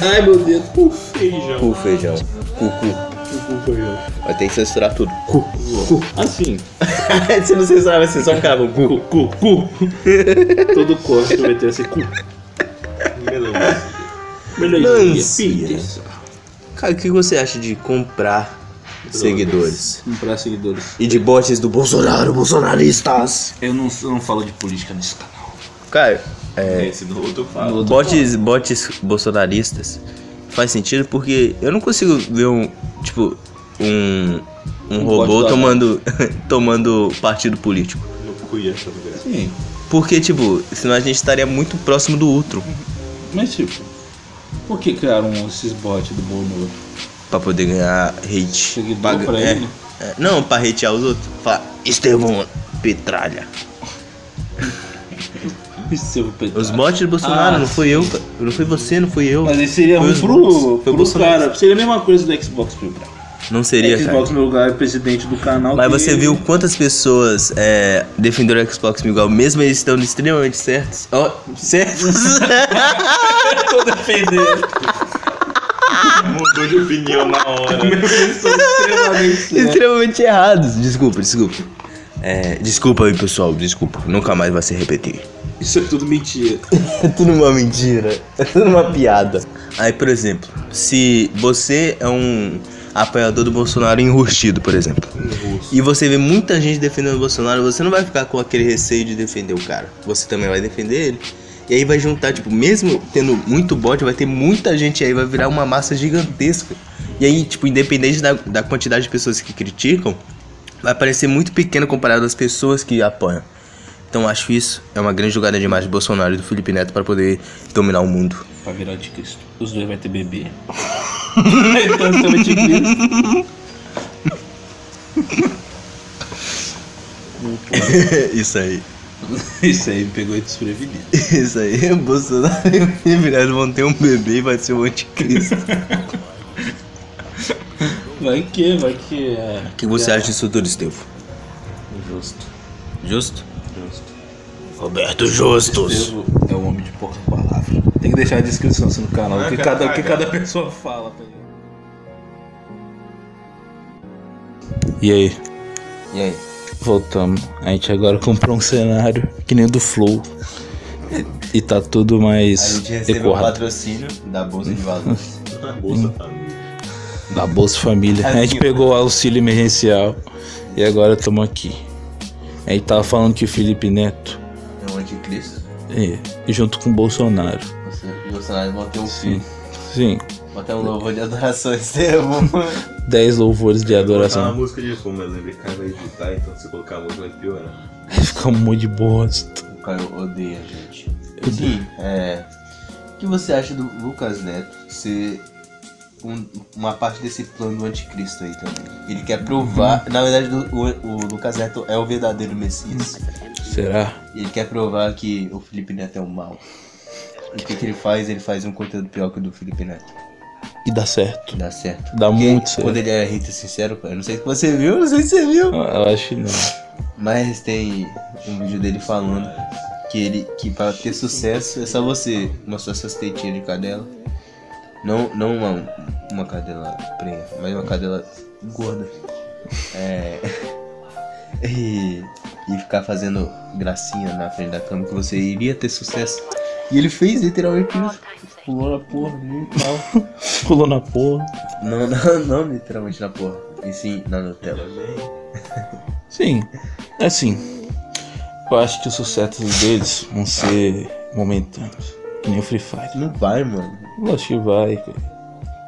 D: Ai, meu Deus. Com feijão.
B: Cu, feijão. Cu, cu.
D: Com feijão.
B: Vai ter que censurar tudo.
D: Cu. Cu. Assim.
B: Se não censurar, vai ser só cabo. Cu.
D: Cu, cu, cu. Todo corte vai ter esse cu.
C: Melancia.
D: Melhoria.
B: Melancia.
D: pizza.
B: Cara, o que você acha de comprar seguidores?
D: Comprar seguidores.
B: E de bots do Bolsonaro, bolsonaristas?
D: Eu não, eu não falo de política nesse canal.
B: Cara,
C: Esse do outro fala.
B: bots, bots bolsonaristas faz sentido porque eu não consigo ver um, tipo, um, um,
D: Um bot
B: robô
D: da-
B: tomando, tomando partido político.
C: No cu ia essa mulher.
D: Sim.
B: Porque, tipo, senão a gente estaria muito próximo do outro
D: Mas tipo, por que criaram esses bots do Bonoro?
B: pra poder ganhar hate.
D: Seguidor
B: Pra-
D: pra
B: é,
D: ele?
B: é. não, pra hatear os outros. Fala, Estevão Petralha. Os bots do Bolsonaro,
D: Ah,
B: não fui eu, cara. não fui você, não fui eu.
D: Mas aí seria
B: Foi
D: um
B: os
D: pro,
B: bots, foi o
D: pro
B: Bolsonaro.
D: cara. Seria a mesma coisa do Xbox Mil Grau.
B: Não seria, cara.
D: Xbox Mil Grau é presidente do canal.
B: Mas
D: que-
B: você viu quantas pessoas é, defenderam o Xbox Mil Grau, mesmo eles estando extremamente certos? Ó, certos?
D: Tô defendendo.
C: Mudou de opinião na hora.
D: Eles são extremamente certos.
B: extremamente errados. Desculpa, desculpa. É, desculpa aí, pessoal, desculpa. Nunca mais vai se repetir.
D: Isso é tudo mentira.
B: É tudo uma mentira. É tudo uma piada. Aí, por exemplo, se você é um apoiador do Bolsonaro enrustido, por exemplo, e você vê muita gente defendendo o Bolsonaro, você não vai ficar com aquele receio de defender o cara. Você também vai defender ele. E aí vai juntar, tipo, mesmo tendo muito bot, vai ter muita gente aí, vai virar uma massa gigantesca. E aí, tipo, independente da, da quantidade de pessoas que criticam, vai parecer muito pequeno comparado às pessoas que apoiam. Então acho isso é uma grande jogada de imagem do Bolsonaro e do Felipe Neto para poder dominar o mundo.
D: Pra virar anticristo. Os dois vai ter bebê. então você é o anticristo.
B: isso aí.
D: Isso aí me pegou de desprevenido.
B: Isso aí. O Bolsonaro e o Felipe Neto vão ter um bebê e vai ser o anticristo.
D: Vai que, vai que é.
B: O que você acha disso tudo, Estevo?
D: Justo.
B: Justo?
D: Justo.
B: Roberto Justus.
D: Devo é um homem de poucas palavras. Tem que deixar a descrição assim no canal.
C: Ah,
D: O que,
C: cara,
D: cada, o que
C: cara.
D: cada pessoa fala tá pra ele. E aí?
B: E aí?
D: Voltamos. A gente agora comprou um cenário que nem o do Flow. E e tá tudo mais equado.
B: um patrocínio da Bolsa de Valores.
C: A bolsa tá.
D: Da Bolsa Família. A gente pegou o auxílio emergencial e agora estamos aqui. A gente tava falando que o Felipe Neto,
B: É o anticristo.
D: é, junto com o Bolsonaro.
B: Você, o Bolsonaro vão ter um
D: Sim. Sim.
B: vão ter um louvor de adoração, Estevam.
D: 10 louvores de
C: Botar uma
D: adoração.
C: música de fundo, mas lembrei que o cara vai editar, então se colocar a música vai piorar.
D: Fica um monte de bosta.
B: O cara odeia a gente. Sim, é. O que você acha do Lucas Neto ser um- uma parte desse plano do anticristo aí também? Ele quer provar. Na verdade, do- o, o Lucas Neto é o verdadeiro Messias.
D: Será?
B: E ele quer provar que o Felipe Neto é um mal. E o que, que ele faz? Ele faz um conteúdo pior que o do Felipe Neto.
D: E dá certo.
B: Dá certo.
D: Dá muito certo.
B: Quando ele era hater sincero, cara, eu não sei se você viu, não sei se você viu.
D: Eu acho que não.
B: Mas tem um vídeo dele falando que ele que para ter sucesso é só você mostrar suas tetinhas de cadela. Não, não uma, uma cadela prenha, mas uma cadela gorda. É. E, e ficar fazendo gracinha na frente da cama que você iria ter sucesso. E ele fez literalmente isso. Pulou na porra, muito mal.
D: Pulou na porra.
B: Não, não, não literalmente na porra. E sim na Nutella.
D: Sim. É assim. Eu acho que os sucessos deles vão ser momentâneos. Que nem o Free Fire.
B: Não vai, mano.
D: Lógico que vai, cara.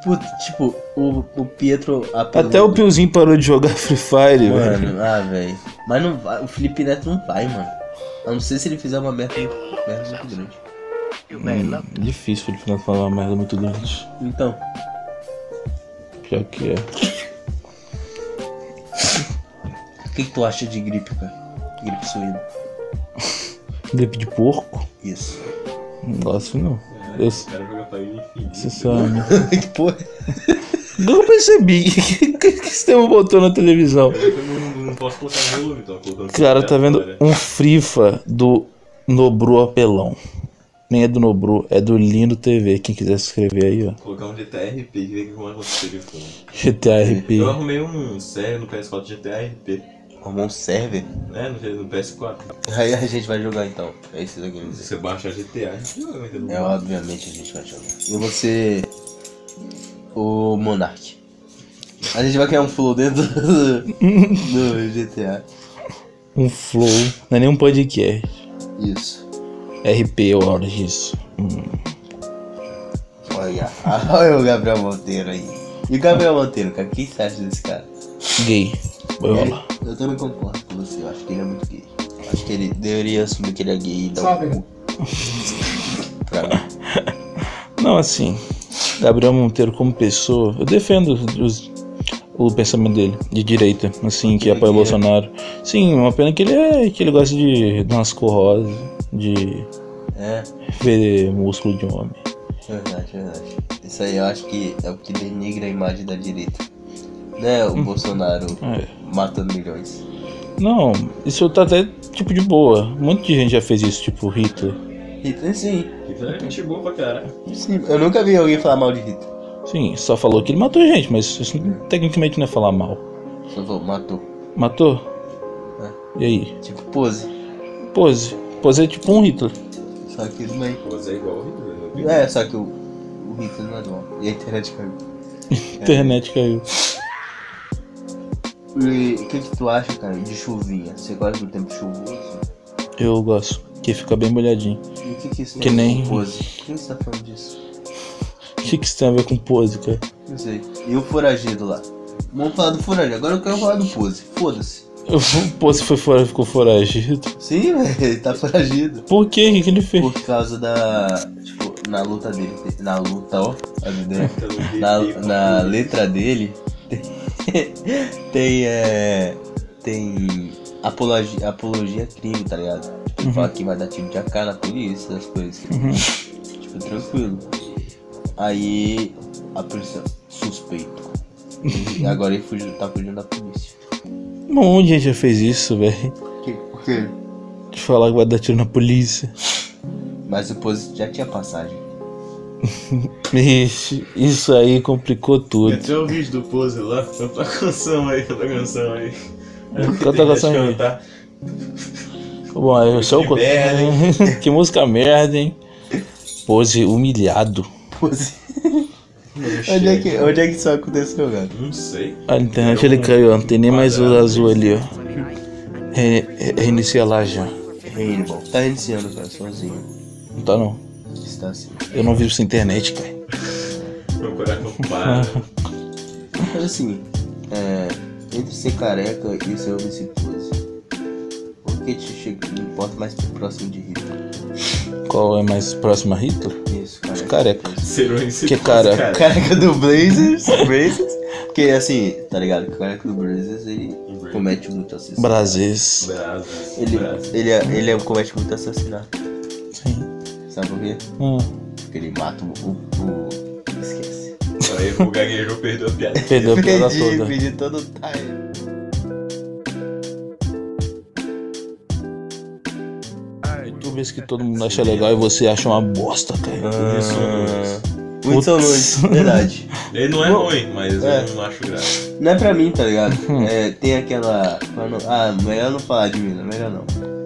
B: Puta, tipo, o, o Pietro apelou.
D: Até o Piozinho parou de jogar Free Fire, velho.
B: Mano, ah, velho. Mas não vai, o Felipe Neto não vai, mano. A não ser se ele fizer uma merda, merda muito grande.
A: You may love
D: Difícil ele final falar uma merda muito grande.
B: Então,
D: Pior que é.
B: o que, que tu acha de gripe, cara? Gripe suína.
D: Gripe de porco?
B: Isso.
D: Não gosto não. é Eu,
C: Quero jogar pra ele infinito.
D: sinceramente.
B: que porra?
D: Não né? percebi. O que que esse tempo botou na televisão?
C: Eu não, não posso colocar no volume, tô colocando.
D: Cara, tá vendo
C: Olha.
D: um Frifa do Nobru Apelão. Nem é do Nobru, é do Lindo TV. Quem quiser se inscrever aí, ó.
C: Colocar um GTRP e ver como é que você telefone.
D: GTA RP.
C: Eu arrumei um sério no PS4 GTRP,
B: Arrumou um server?
C: né? No, no PS4.
B: Aí a gente vai jogar então. É isso daqui.
C: Se você baixa GTA, joga ainda
B: É,
C: não.
B: obviamente a gente vai jogar. E você. O Monark. A gente vai criar um flow dentro do, do GTA.
D: Um flow. Não é nem um podcast.
B: Isso.
D: RP, horas disso.
B: Olha, olha o Gabriel Monteiro aí. E o Gabriel Monteiro, cara, o que você acha desse cara?
D: Gay. Boiola.
B: Ele- eu também concordo com você, eu acho que ele é muito gay. Eu Acho que ele deveria assumir que ele é gay e dar
E: Sabe,
B: um cu. pra mim.
D: Não, assim, Gabriel Monteiro como pessoa, eu defendo os- o pensamento dele, de direita, assim, que apoia o Bolsonaro. Sim, uma pena que ele é que ele gosta de dar umas corrosas, de
B: É,
D: ver músculo de homem.
B: verdade, verdade. Isso aí eu acho que é o que denigra a imagem da direita. Né, o Bolsonaro
D: É.
B: matando milhões.
D: Não, isso tá até tipo de boa. Muita gente já fez isso, tipo Hitler.
B: Hitler sim.
C: Isso é gente boa pra caralho.
B: Sim, eu nunca vi alguém falar mal de Hitler.
D: Sim, só falou que ele matou gente, mas isso tecnicamente não é falar mal.
B: Só falou, matou.
D: Matou? E aí?
B: Tipo, pose.
D: Pose. Pose é tipo um Hitler.
B: Só que ele não é.
C: Mas é igual horrível. né?
B: É, só que o, o Hitler não é bom. E a internet caiu. É.
D: Internet caiu.
B: E o que, que tu acha, cara, de chuvinha? Você gosta do tempo chuvoso?
D: Eu gosto, que fica bem molhadinho.
B: E o que, que isso
D: Que
B: tem a ver
D: nem-
B: com pose? Por que você tá falando disso?
D: O que que isso tem a ver com pose, cara?
B: Não sei. E o foragido lá? Vamos falar do foragido. Agora eu quero falar do pose. Foda-se.
D: Eu vou- Pô, se foi fora, ficou foragido.
B: Sim, velho, ele tá foragido.
D: Por quê? O que que ele fez?
B: Por causa da. Tipo, na luta dele. Na luta, ó. a vida.
C: Então,
B: na,
C: e- e-
B: na letra dele tem, tem, é, tem apologia, apologia a crime, tá ligado? Tipo, ele fala que vai dar tiro de AK na polícia, essas coisas. Tipo, tranquilo. Aí a polícia, suspeito. E agora ele fugiu, tá fugindo da polícia.
D: Um monte de gente já fez isso, velho.
B: quê?
D: De falar que vai dar tiro na polícia.
B: Mas o Pose já tinha passagem.
D: Ixi, isso aí complicou tudo.
C: Tem um vídeo do Pose lá, canta a canção aí, canta a canção aí.
D: Canta a canção aí.
C: Cantar.
D: Bom, aí eu só
C: Que merda,
D: o Que música merda, hein? Pose humilhado.
B: Pose. onde, é que, onde é que isso aconteceu, cara?
C: Não sei.
D: A internet ele caiu, ó. Não tem nem mais o azul ali, ó. Re- re- reinicia lá já.
B: Rainbow. Tá reiniciando, cara, sozinho.
D: Não tá não.
B: Está assim.
D: Eu não vivo sem internet, cara.
C: Meu coração para.
B: Mas assim, é, entre ser careca e ser homicídio, por que te chega, não importa mais pro próximo de Hitler?
D: Qual é mais próximo a Hitler?
B: Isso, careca.
D: Careca.
C: Serão um esse
D: Que cara-
B: Careca do Blazers, Blazers, porque assim, tá ligado? O careca do Blazers, ele comete muito assassinato.
D: Brasis.
C: Brasa.
B: Ele,
C: Brasa.
B: ele, é- ele é- comete muito assassinato,
D: Sim.
B: sabe por quê?
D: Ah,
B: Porque ele mata o... o, o esquece.
C: Aí o gaguejou, perdeu a piada.
D: perdeu a piada
B: Perdi,
D: toda.
B: perdi todo o time.
D: youtubers que todo mundo acha legal e você acha uma bosta,
B: Ah.
D: cara.
B: Muito
D: Putz.
B: sonante, verdade.
C: Ele não é ruim, mas
B: É.
C: eu não acho graça.
B: Não é pra mim, tá ligado? É, tem aquela. quando- Ah, melhor não falar de mim, não, melhor não.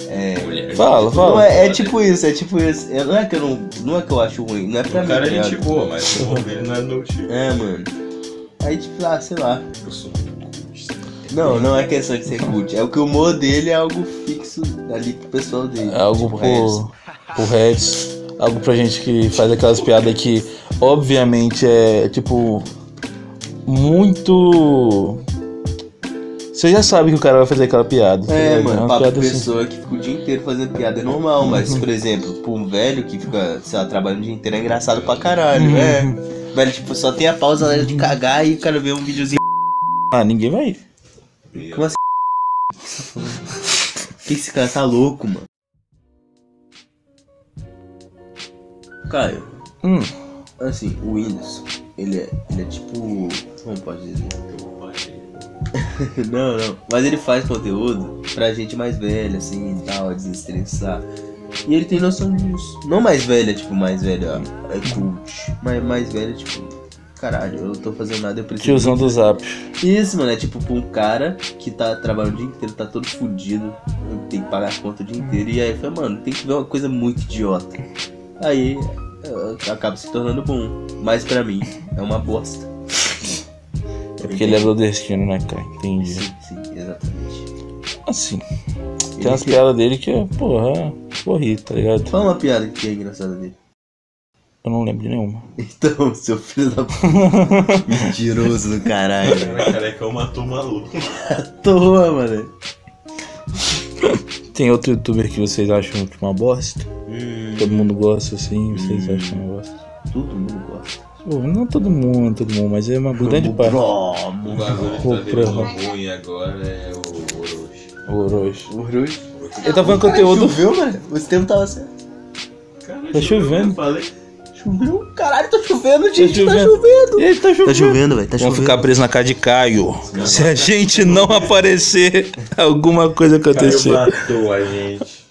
B: É.
C: Mulher.
D: Fala,
B: Não
D: fala.
B: é, é tipo isso, é tipo isso. É, não é que eu não. Não é que eu acho ruim, não é pra
C: O
B: mim.
C: cara
B: tá
C: é
B: ligado?
C: gente boa, mas o humor dele não é no tipo.
B: É, mano. Aí tipo, ah, sei lá.
C: Eu sou um muito culto.
B: Não, não é questão de ser cult. É o que o humor dele é algo fixo ali pro pessoal dele.
D: É algo
B: tipo, resto.
D: por, por Reds. algo pra gente que faz aquelas piadas que, obviamente, é tipo. Muito. Você já sabe que o cara vai fazer aquela piada. tá
B: É,
D: ligado?
B: mano,
D: uma
B: pra
D: piada assim. Uhum.
B: pessoa que fica o dia inteiro fazendo piada é normal, mas, por exemplo, pra um velho que fica, sei lá, trabalhando o dia inteiro é engraçado pra
D: Uhum.
B: caralho, é. Velho, tipo, só tem a pausa na hora de cagar e o cara vê um videozinho.
D: Ah, ninguém vai.
B: Como assim? Que esse cara tá louco, mano? Caio,
D: Hum,
B: assim, o Windows, ele é, ele é tipo. Como pode dizer? Não, não. Mas ele faz conteúdo pra gente mais velha, assim, e tal, desestressar. E ele tem noção disso. Não mais velha, tipo, mais velha, é cult. Mas mais velha, tipo, caralho, eu não tô fazendo nada, eu preciso.
D: tiozão do zap.
B: Isso, mano, é tipo pra um cara que tá trabalhando o dia inteiro, tá todo fudido, tem que pagar a conta o dia inteiro. E aí fala, mano, tem que ver uma coisa muito idiota. Aí eh, acaba se tornando bom. Mas pra mim, é uma bosta.
D: É porque ele é do destino, né, cara? Entendi.
B: Sim, sim, exatamente.
D: Assim, tem
B: Ele
D: umas
B: que-
D: piadas dele que é, porra, corri, tá ligado?
B: Fala uma piada que é engraçada dele.
D: Eu não lembro de nenhuma.
B: Então, seu filho da puta. Mentiroso do caralho.
C: Cara, careca matou o maluco.
B: Toa, mano.
D: Tem outro youtuber que vocês acham que é uma bosta? Todo mundo gosta assim, vocês
B: Hum.
D: acham uma bosta?
B: Todo mundo gosta.
D: Pô, não todo mundo, todo mundo, mas é uma grande parte.
C: O
B: Vamos.
C: bagulho
D: Pô,
C: que tá virando
D: porra.
C: ruim agora é o Orochi.
D: O Orochi.
B: Urus.
D: Ele tá falando conteúdo.
B: Choveu, mano? Os tempos tava certo.
C: Cara,
D: Tá chovendo.
C: eu falei.
B: Choveu? Caralho, tá chovendo, gente. Tá
D: chovendo.
B: chovendo.
D: Ele tá chovendo.
B: velho. Tá
D: Vão ficar presos na casa de Caio. Se a gente não aparecer, alguma coisa
C: Caio
D: acontecer.
C: matou a gente.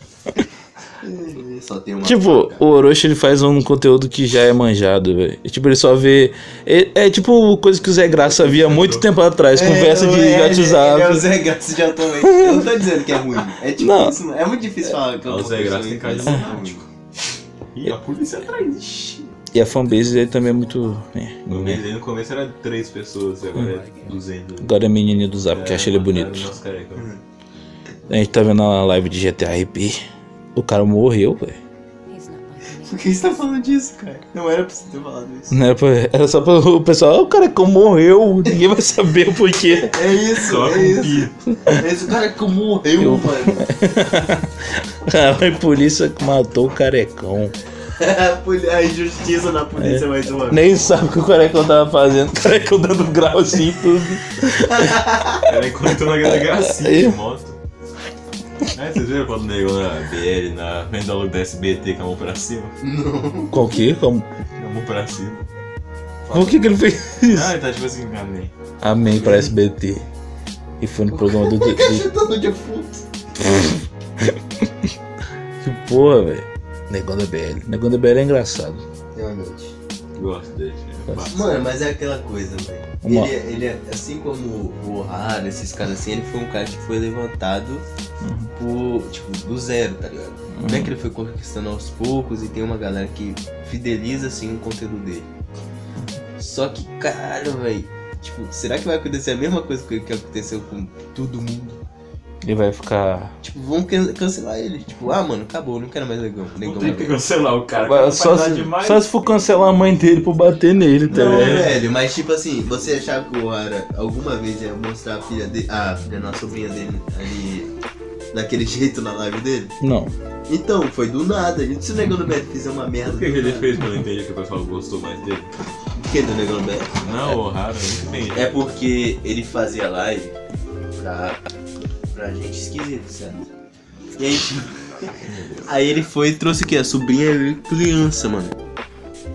B: Só tem uma.
D: Tipo, o Orochi ele faz um conteúdo que já é manjado, velho. E, Tipo, ele só vê. É, é tipo coisa que o Zé Graça via muito tempo atrás, conversa de
B: é,
D: WhatsApp.
B: É, é o Zé Graça de atualmente. Eu não tô dizendo que é ruim. É difícil,
D: Não.
B: mano. É muito difícil falar que
C: Ah,
B: eu
C: O Zé Graça tem
B: tá
C: cara de lunático. E a polícia atrás.
D: E a fanbase dele também é muito. é,
C: No mês aí, no começo era três pessoas, agora é 200.
D: Agora é menininho do Zap, que acha ele bonito.
C: Nossa, careca.
B: Hum.
D: A gente tá vendo a live de GTA RP. O cara morreu, velho.
E: He's not like me.
B: Por que você tá falando disso, cara? Não era pra você ter falado isso.
D: Não era, pra- era só pra o pessoal, "Ah, o cara que morreu, ninguém vai saber o porquê.
B: É isso,
C: Só
B: é
C: com
B: isso.
C: pia.
B: Esse cara que morreu,
D: Eu-
B: mano.
D: Caralho, a polícia que matou o carecão.
B: A poli- A injustiça da polícia mais uma vez.
D: É. Nem sabe o que o carecão tava fazendo. O carecão dando grau assim tudo.
C: Ela é encontrou na gracinha
D: Aí.
C: de moto. Aí vocês viram quando o nego na BL, na venda logo da SBT com a mão pra cima?
D: Qual que? Como?
C: Com a mão pra cima.
D: Por que, que ele fez
C: Ah,
D: isso?
C: ele tá tipo assim, amém.
D: Amém pra SBT. E foi no programa do. do- do-
B: Todo defunto.
D: que porra, velho. Negão da BL. Negão da BL é engraçado.
B: Realmente.
C: Gosto dele. é fácil.
B: Mano, mas é aquela coisa, velho.
D: Uma-
B: Ele, ele, é- assim como o O'Hara, esses caras assim, ele foi um cara que foi levantado por, tipo, do zero, tá ligado? Como
D: Uhum.
B: é que ele foi conquistando aos poucos e tem uma galera que fideliza, assim, o conteúdo dele. Só que, caralho, velho. Tipo, será que vai acontecer a mesma coisa que que aconteceu com todo mundo?
D: Ele vai ficar.
B: Tipo, vão can- cancelar ele. Tipo, ah, mano, acabou, não quero mais negão.
C: Não
B: Negão,
C: tem que
B: negão.
C: cancelar o cara.
D: Vai-
C: cara
D: só,
C: faz nada
D: se,
C: demais.
D: só se for cancelar a mãe dele por bater nele, tá
B: Não,
D: ligado?
B: velho, mas tipo assim, você achar que o Ara alguma vez ia mostrar a filha dele, a filha, não, a sobrinha dele ali, daquele jeito na live dele?
D: Não.
B: Então, foi do nada. E se o Negão do Beto fizer uma merda?
C: O que, que ele
B: do nada?
C: fez quando eu entendi que o pessoal gostou mais dele?
B: Quem do Negão do Beto?
C: Não, o Rara, muito bem.
B: É porque ele fazia live pra, pra gente esquisita, certo? E aí, tipo, aí ele foi e trouxe o quê? A sobrinha e criança, mano.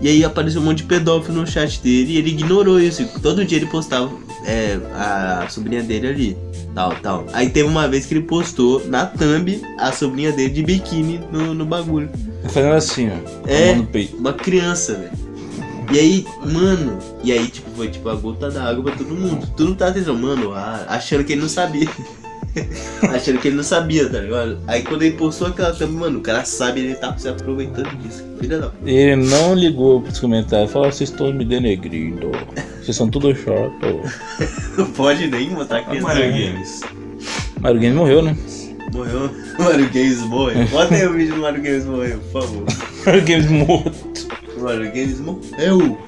B: E aí apareceu um monte de pedófilo no chat dele e ele ignorou isso. Todo dia ele postava é, a sobrinha dele ali. Tal, tal. Aí teve uma vez que ele postou na thumb a sobrinha dele de biquíni no, no bagulho.
D: Fazendo assim, ó.
B: É.
D: É. No peito.
B: Uma criança, velho. E aí, mano, e aí, tipo, foi tipo a gota da água pra todo mundo. Tu não tá atenção, mano, ah, achando que ele não sabia. achando que ele não sabia, tá ligado? Aí quando ele postou aquela thumb, mano, o cara sabe, ele tá se aproveitando disso. Filha da puta.
D: Ele não ligou pros comentários. Falou, "Ah, vocês estão me denegrindo. Vocês são tudo chato.
B: Não pode nem mostrar a
C: A
B: criança.
C: Mario Games.
D: Mario Games morreu, né?
B: Morreu o Mario Games morreu. Bota aí o vídeo do Mario Games morreu, por favor.
D: Mario Games morto.
B: O Mario Games morreu.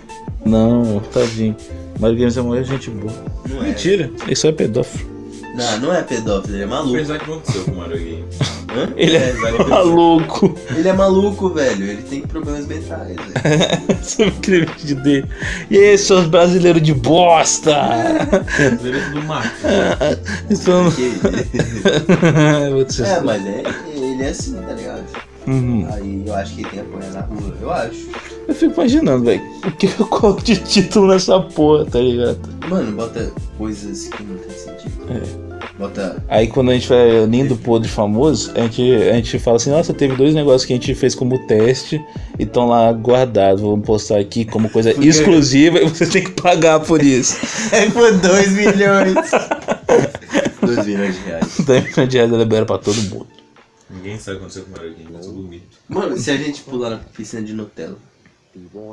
D: Não, tadinho. Mario Games é uma gente boa.
B: Não é.
D: Mentira, ele só é pedófilo.
B: Não, não é pedófilo, ele é maluco.
C: Apesar que aconteceu com o Mario Game.
B: Hã?
D: Ele é
B: ele é
D: maluco.
B: Ele é maluco, velho. Ele tem problemas mentais, velho.
D: Sobre aquele vídeo dele. E aí, seus brasileiros de bosta!
C: Brasileiro do mar.
D: Então...
B: Porque-
D: Vou te
B: É,
D: assustar.
B: mas é, ele é assim, tá ligado?
D: Uhum.
B: Aí eu acho que ele tem apoio na rua, eu acho.
D: Eu fico imaginando, velho. O que eu coloco de título nessa porra, tá ligado?
B: Mano, bota coisas que não tem sentido. Bota.
D: Aí quando a gente vai unindo o podre famoso, a gente, a gente fala assim, nossa, teve dois negócios que a gente fez como teste e estão lá guardados. Vamos postar aqui como coisa exclusiva e você tem que pagar por isso.
B: É por 2 milhões. 2 milhões de reais.
D: Daí o diário libera pra todo mundo.
C: Ninguém sabe o que aconteceu com o Mario Game, mas eu dormi.
B: Mano, se a gente pular na piscina de Nutella,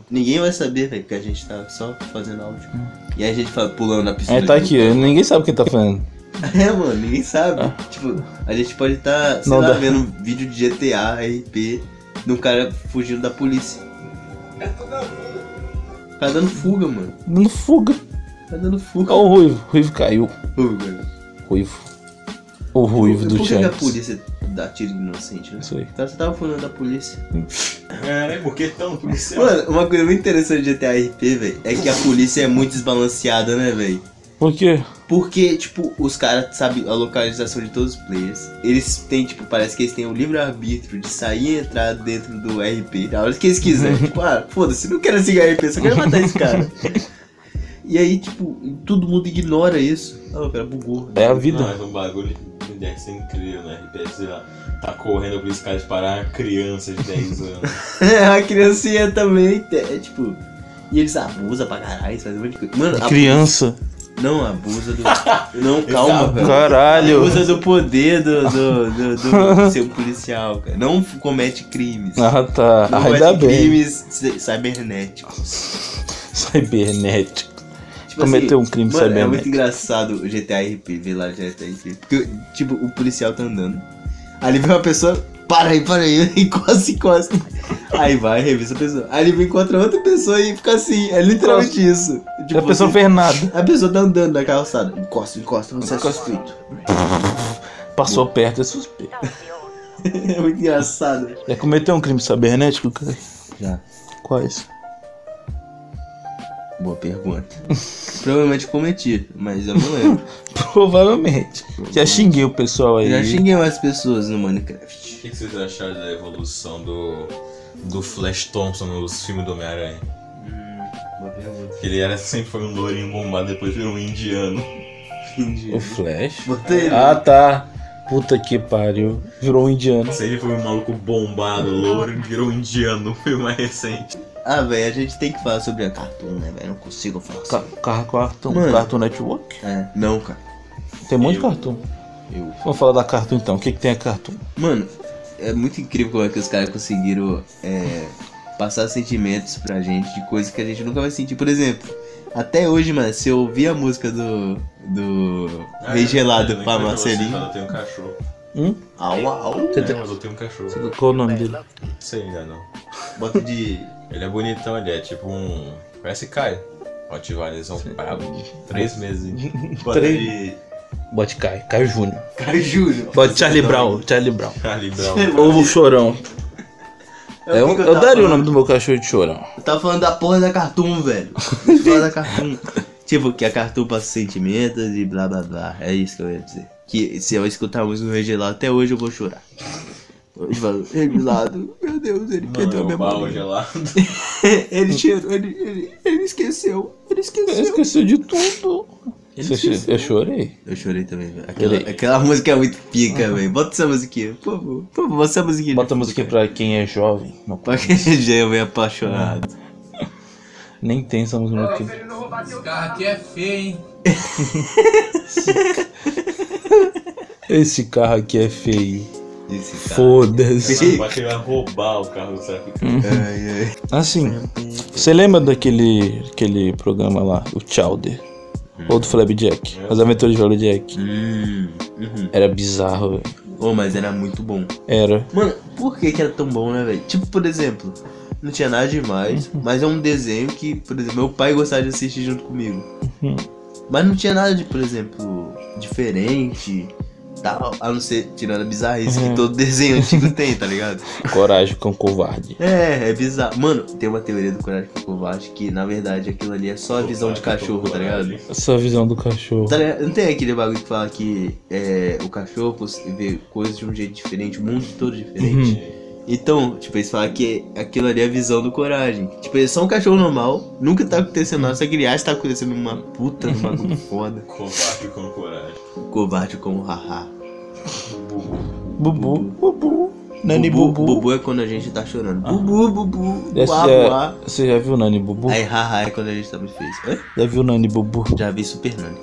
B: ninguém vai saber, velho, que a gente tá só fazendo áudio. E aí a gente fala pulando na piscina.
D: Aí tá
B: de
D: aqui, ninguém sabe o que tá fazendo.
B: É, mano, ninguém sabe. Tipo, a gente pode estar, tá, sei
D: Ah. Não
B: lá,
D: dá.
B: vendo um vídeo de GTA, RP, de um cara fugindo da polícia. Tá dando fuga, mano.
D: Dando fuga.
B: Tá dando fuga.
D: Olha o Ruivo. O Ruivo caiu.
B: Fuga.
D: Ruivo. O Ruivo do
B: Por que é que a
D: Champs.
B: polícia dá tiro em inocente, né?
D: Isso aí.
B: Então você tava falando da polícia.
C: Caralho, por que tão policial?
B: Mano, uma coisa muito interessante de GTA RP, velho, é que a polícia é muito desbalanceada, né, velho?
D: Por quê?
B: Porque, tipo, os caras sabem a localização de todos os players. Eles têm, tipo, parece que eles têm o livre-arbítrio de sair e entrar dentro do RP. A hora que eles quiserem. tipo, ah, foda-se, não quero seguir RP, só quero matar esse cara. e aí, tipo, todo mundo ignora isso. Ah, pera, bugou.
D: É a vida.
C: Não, mas um bagulho que deve ser incrível, né? RPS, sei lá, tá correndo por esse cara de parar uma criança de 10 anos.
B: a criancinha também, é, tipo... E eles abusam pra caralho, fazem um monte de coisa. Mano, abu-
D: É Criança.
B: não abusa do... Não, calma, velho.
D: Caralho.
B: Usa do poder do, do, do, do seu policial, cara. Não comete crimes.
D: Ah tá,
B: Não é
D: ainda
B: comete
D: bem.
B: crimes ci- cibernéticos.
D: Cibernético.
B: Tipo
D: Cometeu um crime
B: mano, É muito
D: cibernético.
B: engraçado o GTA RP, ver lá o GTA RP. Porque, tipo, o policial tá andando. Aí ele vê uma pessoa, para aí, para aí, encosta, encosta. Aí vai, revisa a pessoa. Aí ele encontra outra pessoa e fica assim. É literalmente isso. Tipo,
D: a pessoa
B: você-
D: fez nada.
B: a pessoa tá andando na calçada. Encosta, encosta, não se suspeito.
D: Passou perto, é suspeito.
B: É muito engraçado.
D: Já cometeu um crime cibernético, cara?
B: Já.
D: Quais?
B: Boa pergunta. Provavelmente cometi, mas eu não lembro.
D: Provavelmente. Já xinguei o pessoal aí.
B: Eu já xinguei mais pessoas no Minecraft.
C: O que, que vocês acharam da evolução do, do Flash Thompson nos filmes do Homem-Aranha?
B: Boa pergunta.
C: Que ele era, sempre foi um lourinho bombado, depois virou um indiano.
D: O Flash?
B: Botei né? ele.
D: Ah tá. Puta que pariu. Virou um indiano.
C: Se ele foi um maluco bombado, louro, ele virou um indiano, foi mais recente.
B: Ah, velho, a gente tem que falar sobre a Cartoon, né, velho? Não consigo falar
D: Ca
B: sobre.
D: Car cartoon,
B: Mano.
D: cartoon Network?
B: É, não, cara.
D: Tem um monte de
C: Eu-
D: cartoon.
B: Eu.
D: Vamos falar da cartoon então. O que, que tem a cartoon?
B: Mano, é muito incrível como é que os caras conseguiram é, passar sentimentos pra gente de coisas que a gente nunca vai sentir. Por exemplo, até hoje, mano, se eu ouvir a música do. do. Meio
C: Ah,
B: gelado pra Marcelinho.
C: Eu tenho um cachorro.
D: Hum?
B: Au, au.
D: Você
C: É,
D: tem-
C: mas eu tenho um cachorro.
D: Qual o nome dele?
C: Não sei ainda não.
B: Bota de.
C: Ele é bonitão, ele é tipo um. Parece Caio. Otivalizão brabo. Três meses.
B: Bota
D: Três.
B: de.
D: Bote Caio. Caio Júnior.
B: Cara, juro.
D: Bote Charlie Brown. Charlie Brown.
C: Charlie Brown.
D: Ovo Chorão.
B: É o
D: Eu,
B: que que eu
D: eu
B: tava
D: daria o
B: falando?
D: nome do meu cachorro de Chorão.
B: Eu tava falando da porra da Cartoon, velho. Da porra da Cartoon. tipo, que a Cartoon passa sentimentos e blá blá blá. É isso que eu ia dizer. Que se eu escutar a música do Regelado até hoje eu vou chorar. Hoje eu falo, Regelado, meu Deus, ele
C: Não,
B: perdeu
C: é
B: a
C: o
B: memória.
C: pau gelado.
B: ele tirou, ele, ele, ele esqueceu, ele
D: Eu
B: esqueceu.
D: esqueci de tudo. Você cho- Eu chorei.
B: Eu chorei também, velho. Aquela,
D: Chorei.
B: aquela música é muito pica, velho. Bota essa musiquinha, por favor. Por favor, bota essa musiquinha.
D: Bota a música pra quem é jovem. Não,
B: Pra que jovem apaixonado.
D: nem tem essa música no YouTube.
E: Carro aqui é feio, hein?
D: Esse carro aqui é feio.
B: Esse cara.
D: Foda-se.
C: Vai querer roubar o carro, sabe?
B: Hum. Ai, ai.
D: Assim, você lembra daquele aquele programa lá, o Chowder? Hum. Ou do Flapjack? As aventuras de Flapjack.
B: Hum, uhum.
D: Era bizarro, velho.
B: Oh, mas era muito bom.
D: Era.
B: Mano, por que que era tão bom, né, velho? Tipo, por exemplo, não tinha nada demais, mas é um desenho que, por exemplo, meu pai gostava de assistir junto comigo.
D: Uhum.
B: Mas não tinha nada de, por exemplo, diferente, tal, a não ser tirando a bizarrice que todo desenho antigo tem, tá ligado?
D: Coragem com covarde.
B: É, é bizarro. Mano, tem uma teoria do Coragem que Covarde que, na verdade, aquilo ali é só a visão de cachorro, tá ligado?
D: Essa é visão do cachorro.
B: Tá ligado? Não tem aquele bagulho que fala que é, o cachorro cons- vê coisas de um jeito diferente, o mundo todo
D: Uhum.
B: diferente. Então, tipo, eles falam que aquilo ali é a visão do coragem. Tipo, ele é só um cachorro normal, nunca tá acontecendo nada, só que ele acha que tá acontecendo uma puta, um bagulho foda.
C: Covarde com coragem.
B: Covarde como haha.
D: Bubu, bubu. Nani
B: bubu,
D: Hum. bubu. Ah. é
B: bubu é quando a gente tá chorando. Bubu, bubu,
D: Essa
B: uá,
D: já-
B: uá.
D: Você já viu Nani Bubu?
B: Aí haha é quando a gente tá muito feliz. Hã?
D: Já viu Nani Bubu?
B: Já vi Super Nani.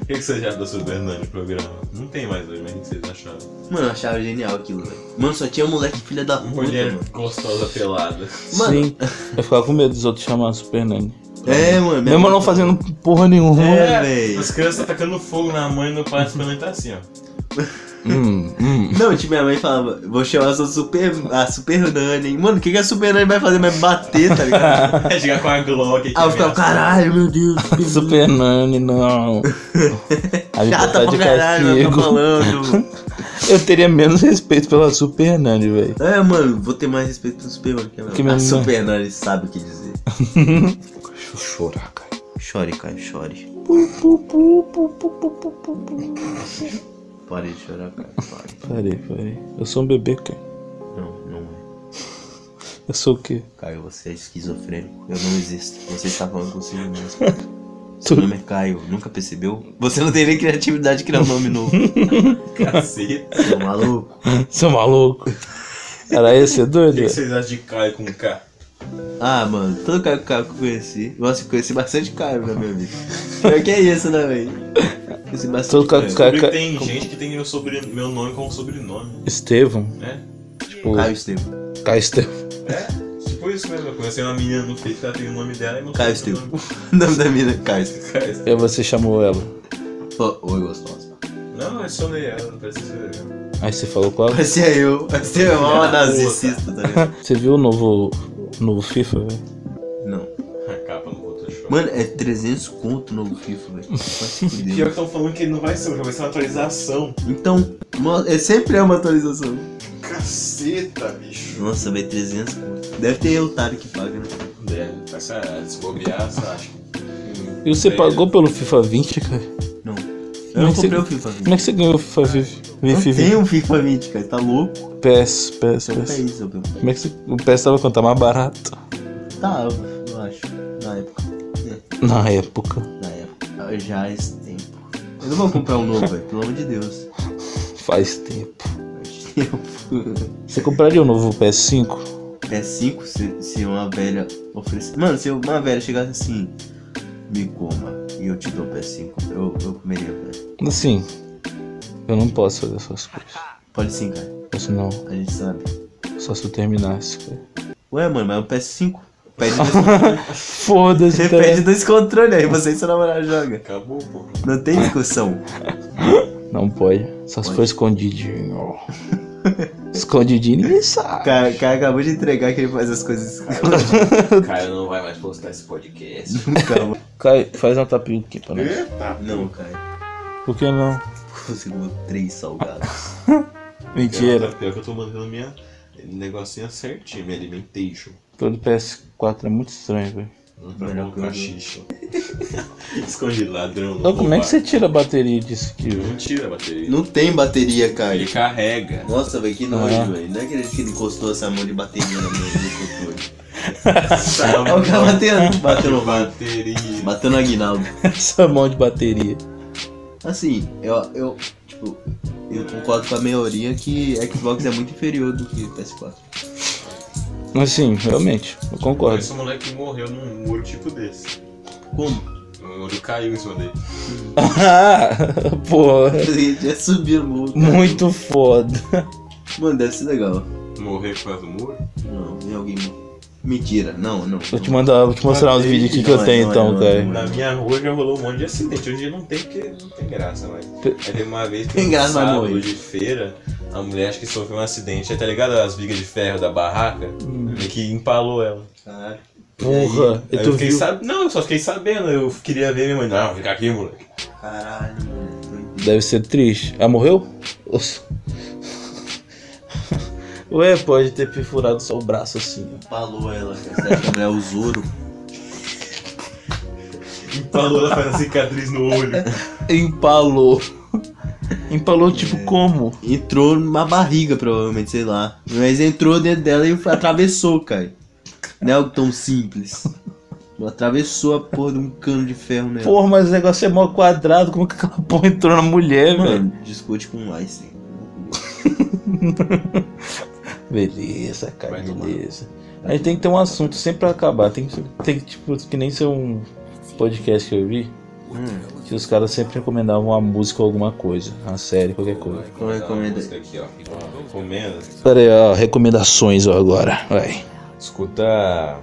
C: O que, que vocês acharam do Super Nani programa? Não tem mais hoje, mas o que vocês acharam?
B: Mano, eu achava genial aquilo, velho. Mano, só tinha moleque filha da puta,
C: Mulher
B: mano.
C: gostosa pelada.
B: Mano.
D: Sim. Eu ficava com medo dos outros chamar Super Nani.
B: É, mano. minha
D: Mesmo
B: mãe-
D: não fazendo porra nenhuma.
B: É, véi.
C: As crianças tacando fogo na mãe e no pai, Super Nani tá assim, ó.
D: Hum, hum.
B: Não, tipo, minha mãe falava, vou chamar a sua super, a super Nani. Mano, o que, que a super Nani vai fazer? Vai me bater, tá ligado?
C: Vai chegar com a Glock aqui.
B: Aí eu ficava, caralho, meu Deus.
D: Super Nani, não. A me
B: Chata
D: botar
B: pra
D: de
B: caralho, eu tô
D: castigo.
B: falando.
D: Eu teria menos respeito pela Super Nani, velho.
B: É, mano, vou ter mais respeito pro super Nani. Que é a minha
D: Que
B: mãe. a
D: minha mãe-
B: super Nani sabe o que dizer.
D: Deixa eu chorar, cara.
B: Chore, Caio, chore. Pare de chorar, Caio, pare.
D: Peraí, peraí. Eu sou um bebê, cara.
B: Não, não é.
D: Eu sou o quê?
B: Caio, você é esquizofrênico. Eu não existo. Você está falando consigo mesmo. Seu
D: Tu-
B: nome é Caio, nunca percebeu? Você não tem nem criatividade de criar um nome novo.
C: Caceta.
B: Seu maluco.
D: Seu maluco. Cara, esse é Tá,
C: O
D: doido,
C: que, que
D: velho.
C: vocês acham de Caio com K?
B: Ah, mano, todo Caio, Caio que eu conheci. Nossa, eu conheci bastante Caio na minha vida. Pior que é isso, né, velho? Conheci bastante.
D: Todo Caio-
B: Caio, Caio.
C: Descobri
D: Caio-
C: que tem
D: Ca-
C: gente que tem meu, sobre... meu nome como sobrenome,
D: Estevão.
C: né?
D: Tipo,
B: Estevam.
D: Caio Estevão.
C: É, tipo isso mesmo. Eu conheci uma menina no Face, ela tem o nome dela e não
B: Caio
C: sei o nome.
B: Estevam. O nome da mina é Caio Estevam.
C: Caio Estevam.
D: E aí você chamou ela.
B: Falou, Oi, gostosa.
C: Não, é eu sou leal, não parece ser leal.
D: Aí você falou com ela.
B: Parecia é eu. Parecia eu, uma narcisista, tá ligado?
D: Você viu o novo, o novo FIFA, velho?
B: Não.
C: A capa no Photoshop.
B: Mano, é 300 conto o novo FIFA, velho. Vai se
C: Pior que
B: fuder.
C: estão falando que ele não vai ser um jogo, vai ser uma atualização.
B: Então, mo- é sempre é uma atualização.
C: Caceta, bicho.
B: Nossa, velho, 300 conto. Deve ter otário que paga, né?
C: Deve, tá sabe, se bobear, você acha.
D: E você pagou pelo FIFA 20, cara?
B: Não. Eu
D: Como é
B: não
D: que
B: comprei
D: você-
B: o FIFA 20.
D: Como é que você ganhou o FIFA 20?
B: Não
D: FIFA
B: tem um FIFA 20, cara. Tá louco?
D: PS, PS,
B: Seu
D: PS.
B: país, seu bem.
D: Como é que você... o PS tava quanto? Tá mais barato.
B: Tá, eu acho. Na época.
D: Na época.
B: Na época. Já há esse tempo. Eu não vou comprar um novo, velho. Pelo amor de Deus.
D: Faz tempo.
B: Eu-
D: Você compraria o novo PS5?
B: É 5 se, se uma velha oferecer. Mano, se uma velha chegasse assim. Me coma e eu te dou o PS5. Eu, eu comeria, velho.
D: Assim, eu não posso fazer essas coisas.
B: Pode sim, cara.
D: Isso não.
B: A gente sabe.
D: Só se eu terminasse, cara.
B: Ué, mano, mas é um PS5. Perde dois,
D: Foda-se,
B: você
D: tá?
B: perde dois controles aí. Você e seu namorado joga.
C: Acabou, pô.
B: Não tem discussão.
D: Não pode. Só se
B: Pode.
D: for escondidinho. ó. escondidinho ninguém
B: O
D: sabe.
B: cara, o cara acabou de entregar que ele faz as coisas.
C: Caio não vai mais postar esse podcast.
B: Calma.
D: Caio, faz uma tapinha aqui pra nós.
B: Não, cara.
D: Por que não?
B: Você comeu três salgados.
D: Mentira.
C: Pior, pior que eu tô mantendo minha negocinho certinho, minha alimentation.
D: Todo PS4 é muito estranho, velho.
C: Não pra
B: Melhor que
C: colocar
B: eu-
C: xixi. Esconde ladrão.
D: Ô, como é que você
C: você.
D: tira a bateria disso aqui, velho?
C: Não tira a bateria.
B: Não tem bateria, cara.
C: Ele carrega.
B: Nossa, velho, que nojo,
D: Ah.
B: velho. Não acredito que ele encostou essa mão de bateria na mão do controle.
C: Sabe?
B: Olha o cara batendo. Bateu no vaso.
C: bateria.
B: Bateu no aguinaldo.
D: Essa mão de bateria.
B: Assim, eu, eu, tipo, eu concordo com a maioria que Xbox é muito inferior do que PS4.
D: Assim, realmente, eu concordo.
C: Esse moleque morreu num muro tipo desse.
B: Como?
C: O muro caiu em cima dele.
D: Ah, pô,
B: Ele já subiu muito.
D: muito foda.
B: Mano, deve ser legal.
C: Morrer por causa do muro?
B: Não, tem alguém. Mentira, não, não.
D: Vou te mandar, vou te mostrar uns vídeos aqui que eu
B: Não é,
D: tenho
B: não é,
D: então,
B: não é,
D: cara.
B: não
C: Na minha rua já rolou um monte de acidente. Hoje não tem porque não tem graça, mas. Aí teve uma vez que
B: Tem
C: um
B: graça, mas
C: sábado
B: morre.
C: de feira, a mulher acho que sofreu um acidente, aí tá ligado? As vigas de ferro da barraca, meio que empalou ela.
B: Caralho.
D: Porra,
C: Aí
D: e
C: eu
D: tu
C: fiquei
D: viu?
C: sab- Não, eu só fiquei sabendo. Eu queria ver minha mãe. Não, fica aqui, moleque.
B: Caralho.
D: Deve ser triste. Ah, morreu? Nossa. Ué, pode ter perfurado só o braço assim, ó.
B: Falou ela, cara. Você acha que a mulher é o Zoro?
C: Empalou, ela faz a cicatriz no olho.
D: Empalou. Empalou, tipo, como?
B: Entrou numa barriga, provavelmente, sei lá. Mas entrou dentro dela e atravessou, cara. Não é algo tão simples. Atravessou a porra de um cano de ferro nela.
D: Porra, mas o negócio é mó quadrado, como que aquela porra entrou na mulher, velho?
B: Mano, discute com o Einstein.
D: Beleza, cara,
C: Vai tomar.
D: beleza. A gente tem que ter um assunto sempre pra acabar. Tem que, tem que, tipo, que nem ser um podcast que eu vi. Que os caras sempre recomendavam uma música ou alguma coisa. Uma série, qualquer coisa.
B: Como é que
C: Uma
B: comenta?
C: música aqui, ó. Recomendo.
D: Pera aí, ó, recomendações ó, agora. Vai.
C: Escuta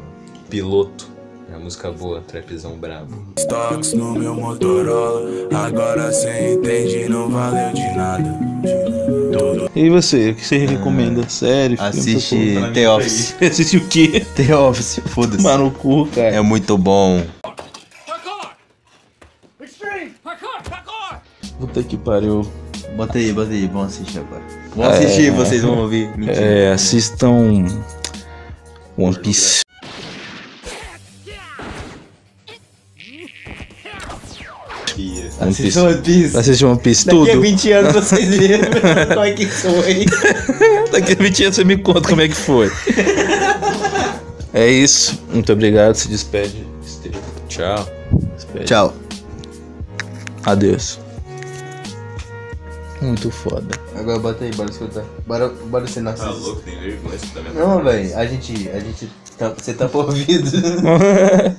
C: Piloto. É uma música boa, trapzão brabo.
F: Stocks no meu Motorola. Agora cê entende, não valeu de nada.
D: E você, o que você recomenda? Série, filme,
B: Assiste
C: Tá na
B: The
C: minha
B: Office.
D: essas coisas? Assiste o quê?
B: The Office, foda-se.
D: Tomar no cu, cara.
B: É muito bom.
D: Puta que pariu.
B: Bota aí, bota aí, vão assistir agora. Vão assistir, vocês vão ouvir. Mentira.
D: É, assistam One Piece.
C: Que
D: One Piece.
B: Assistam One Piece.
D: Assiste One Piece
B: Daqui a
D: tudo.
B: 20 anos vocês viram como é que foi.
D: Daqui a 20 anos você me conta como é que foi. é isso. Muito obrigado. Se despede. Estevam.
C: Tchau.
D: Despede.
B: Tchau.
D: Adeus. Muito foda.
B: Agora bota aí, bora escutar. Bora, bora ser
C: Tá
B: narcisista.
C: louco, tem vergonha, isso tá me
B: Não, velho, a gente. A gente. tampa- Você tampa o ouvido.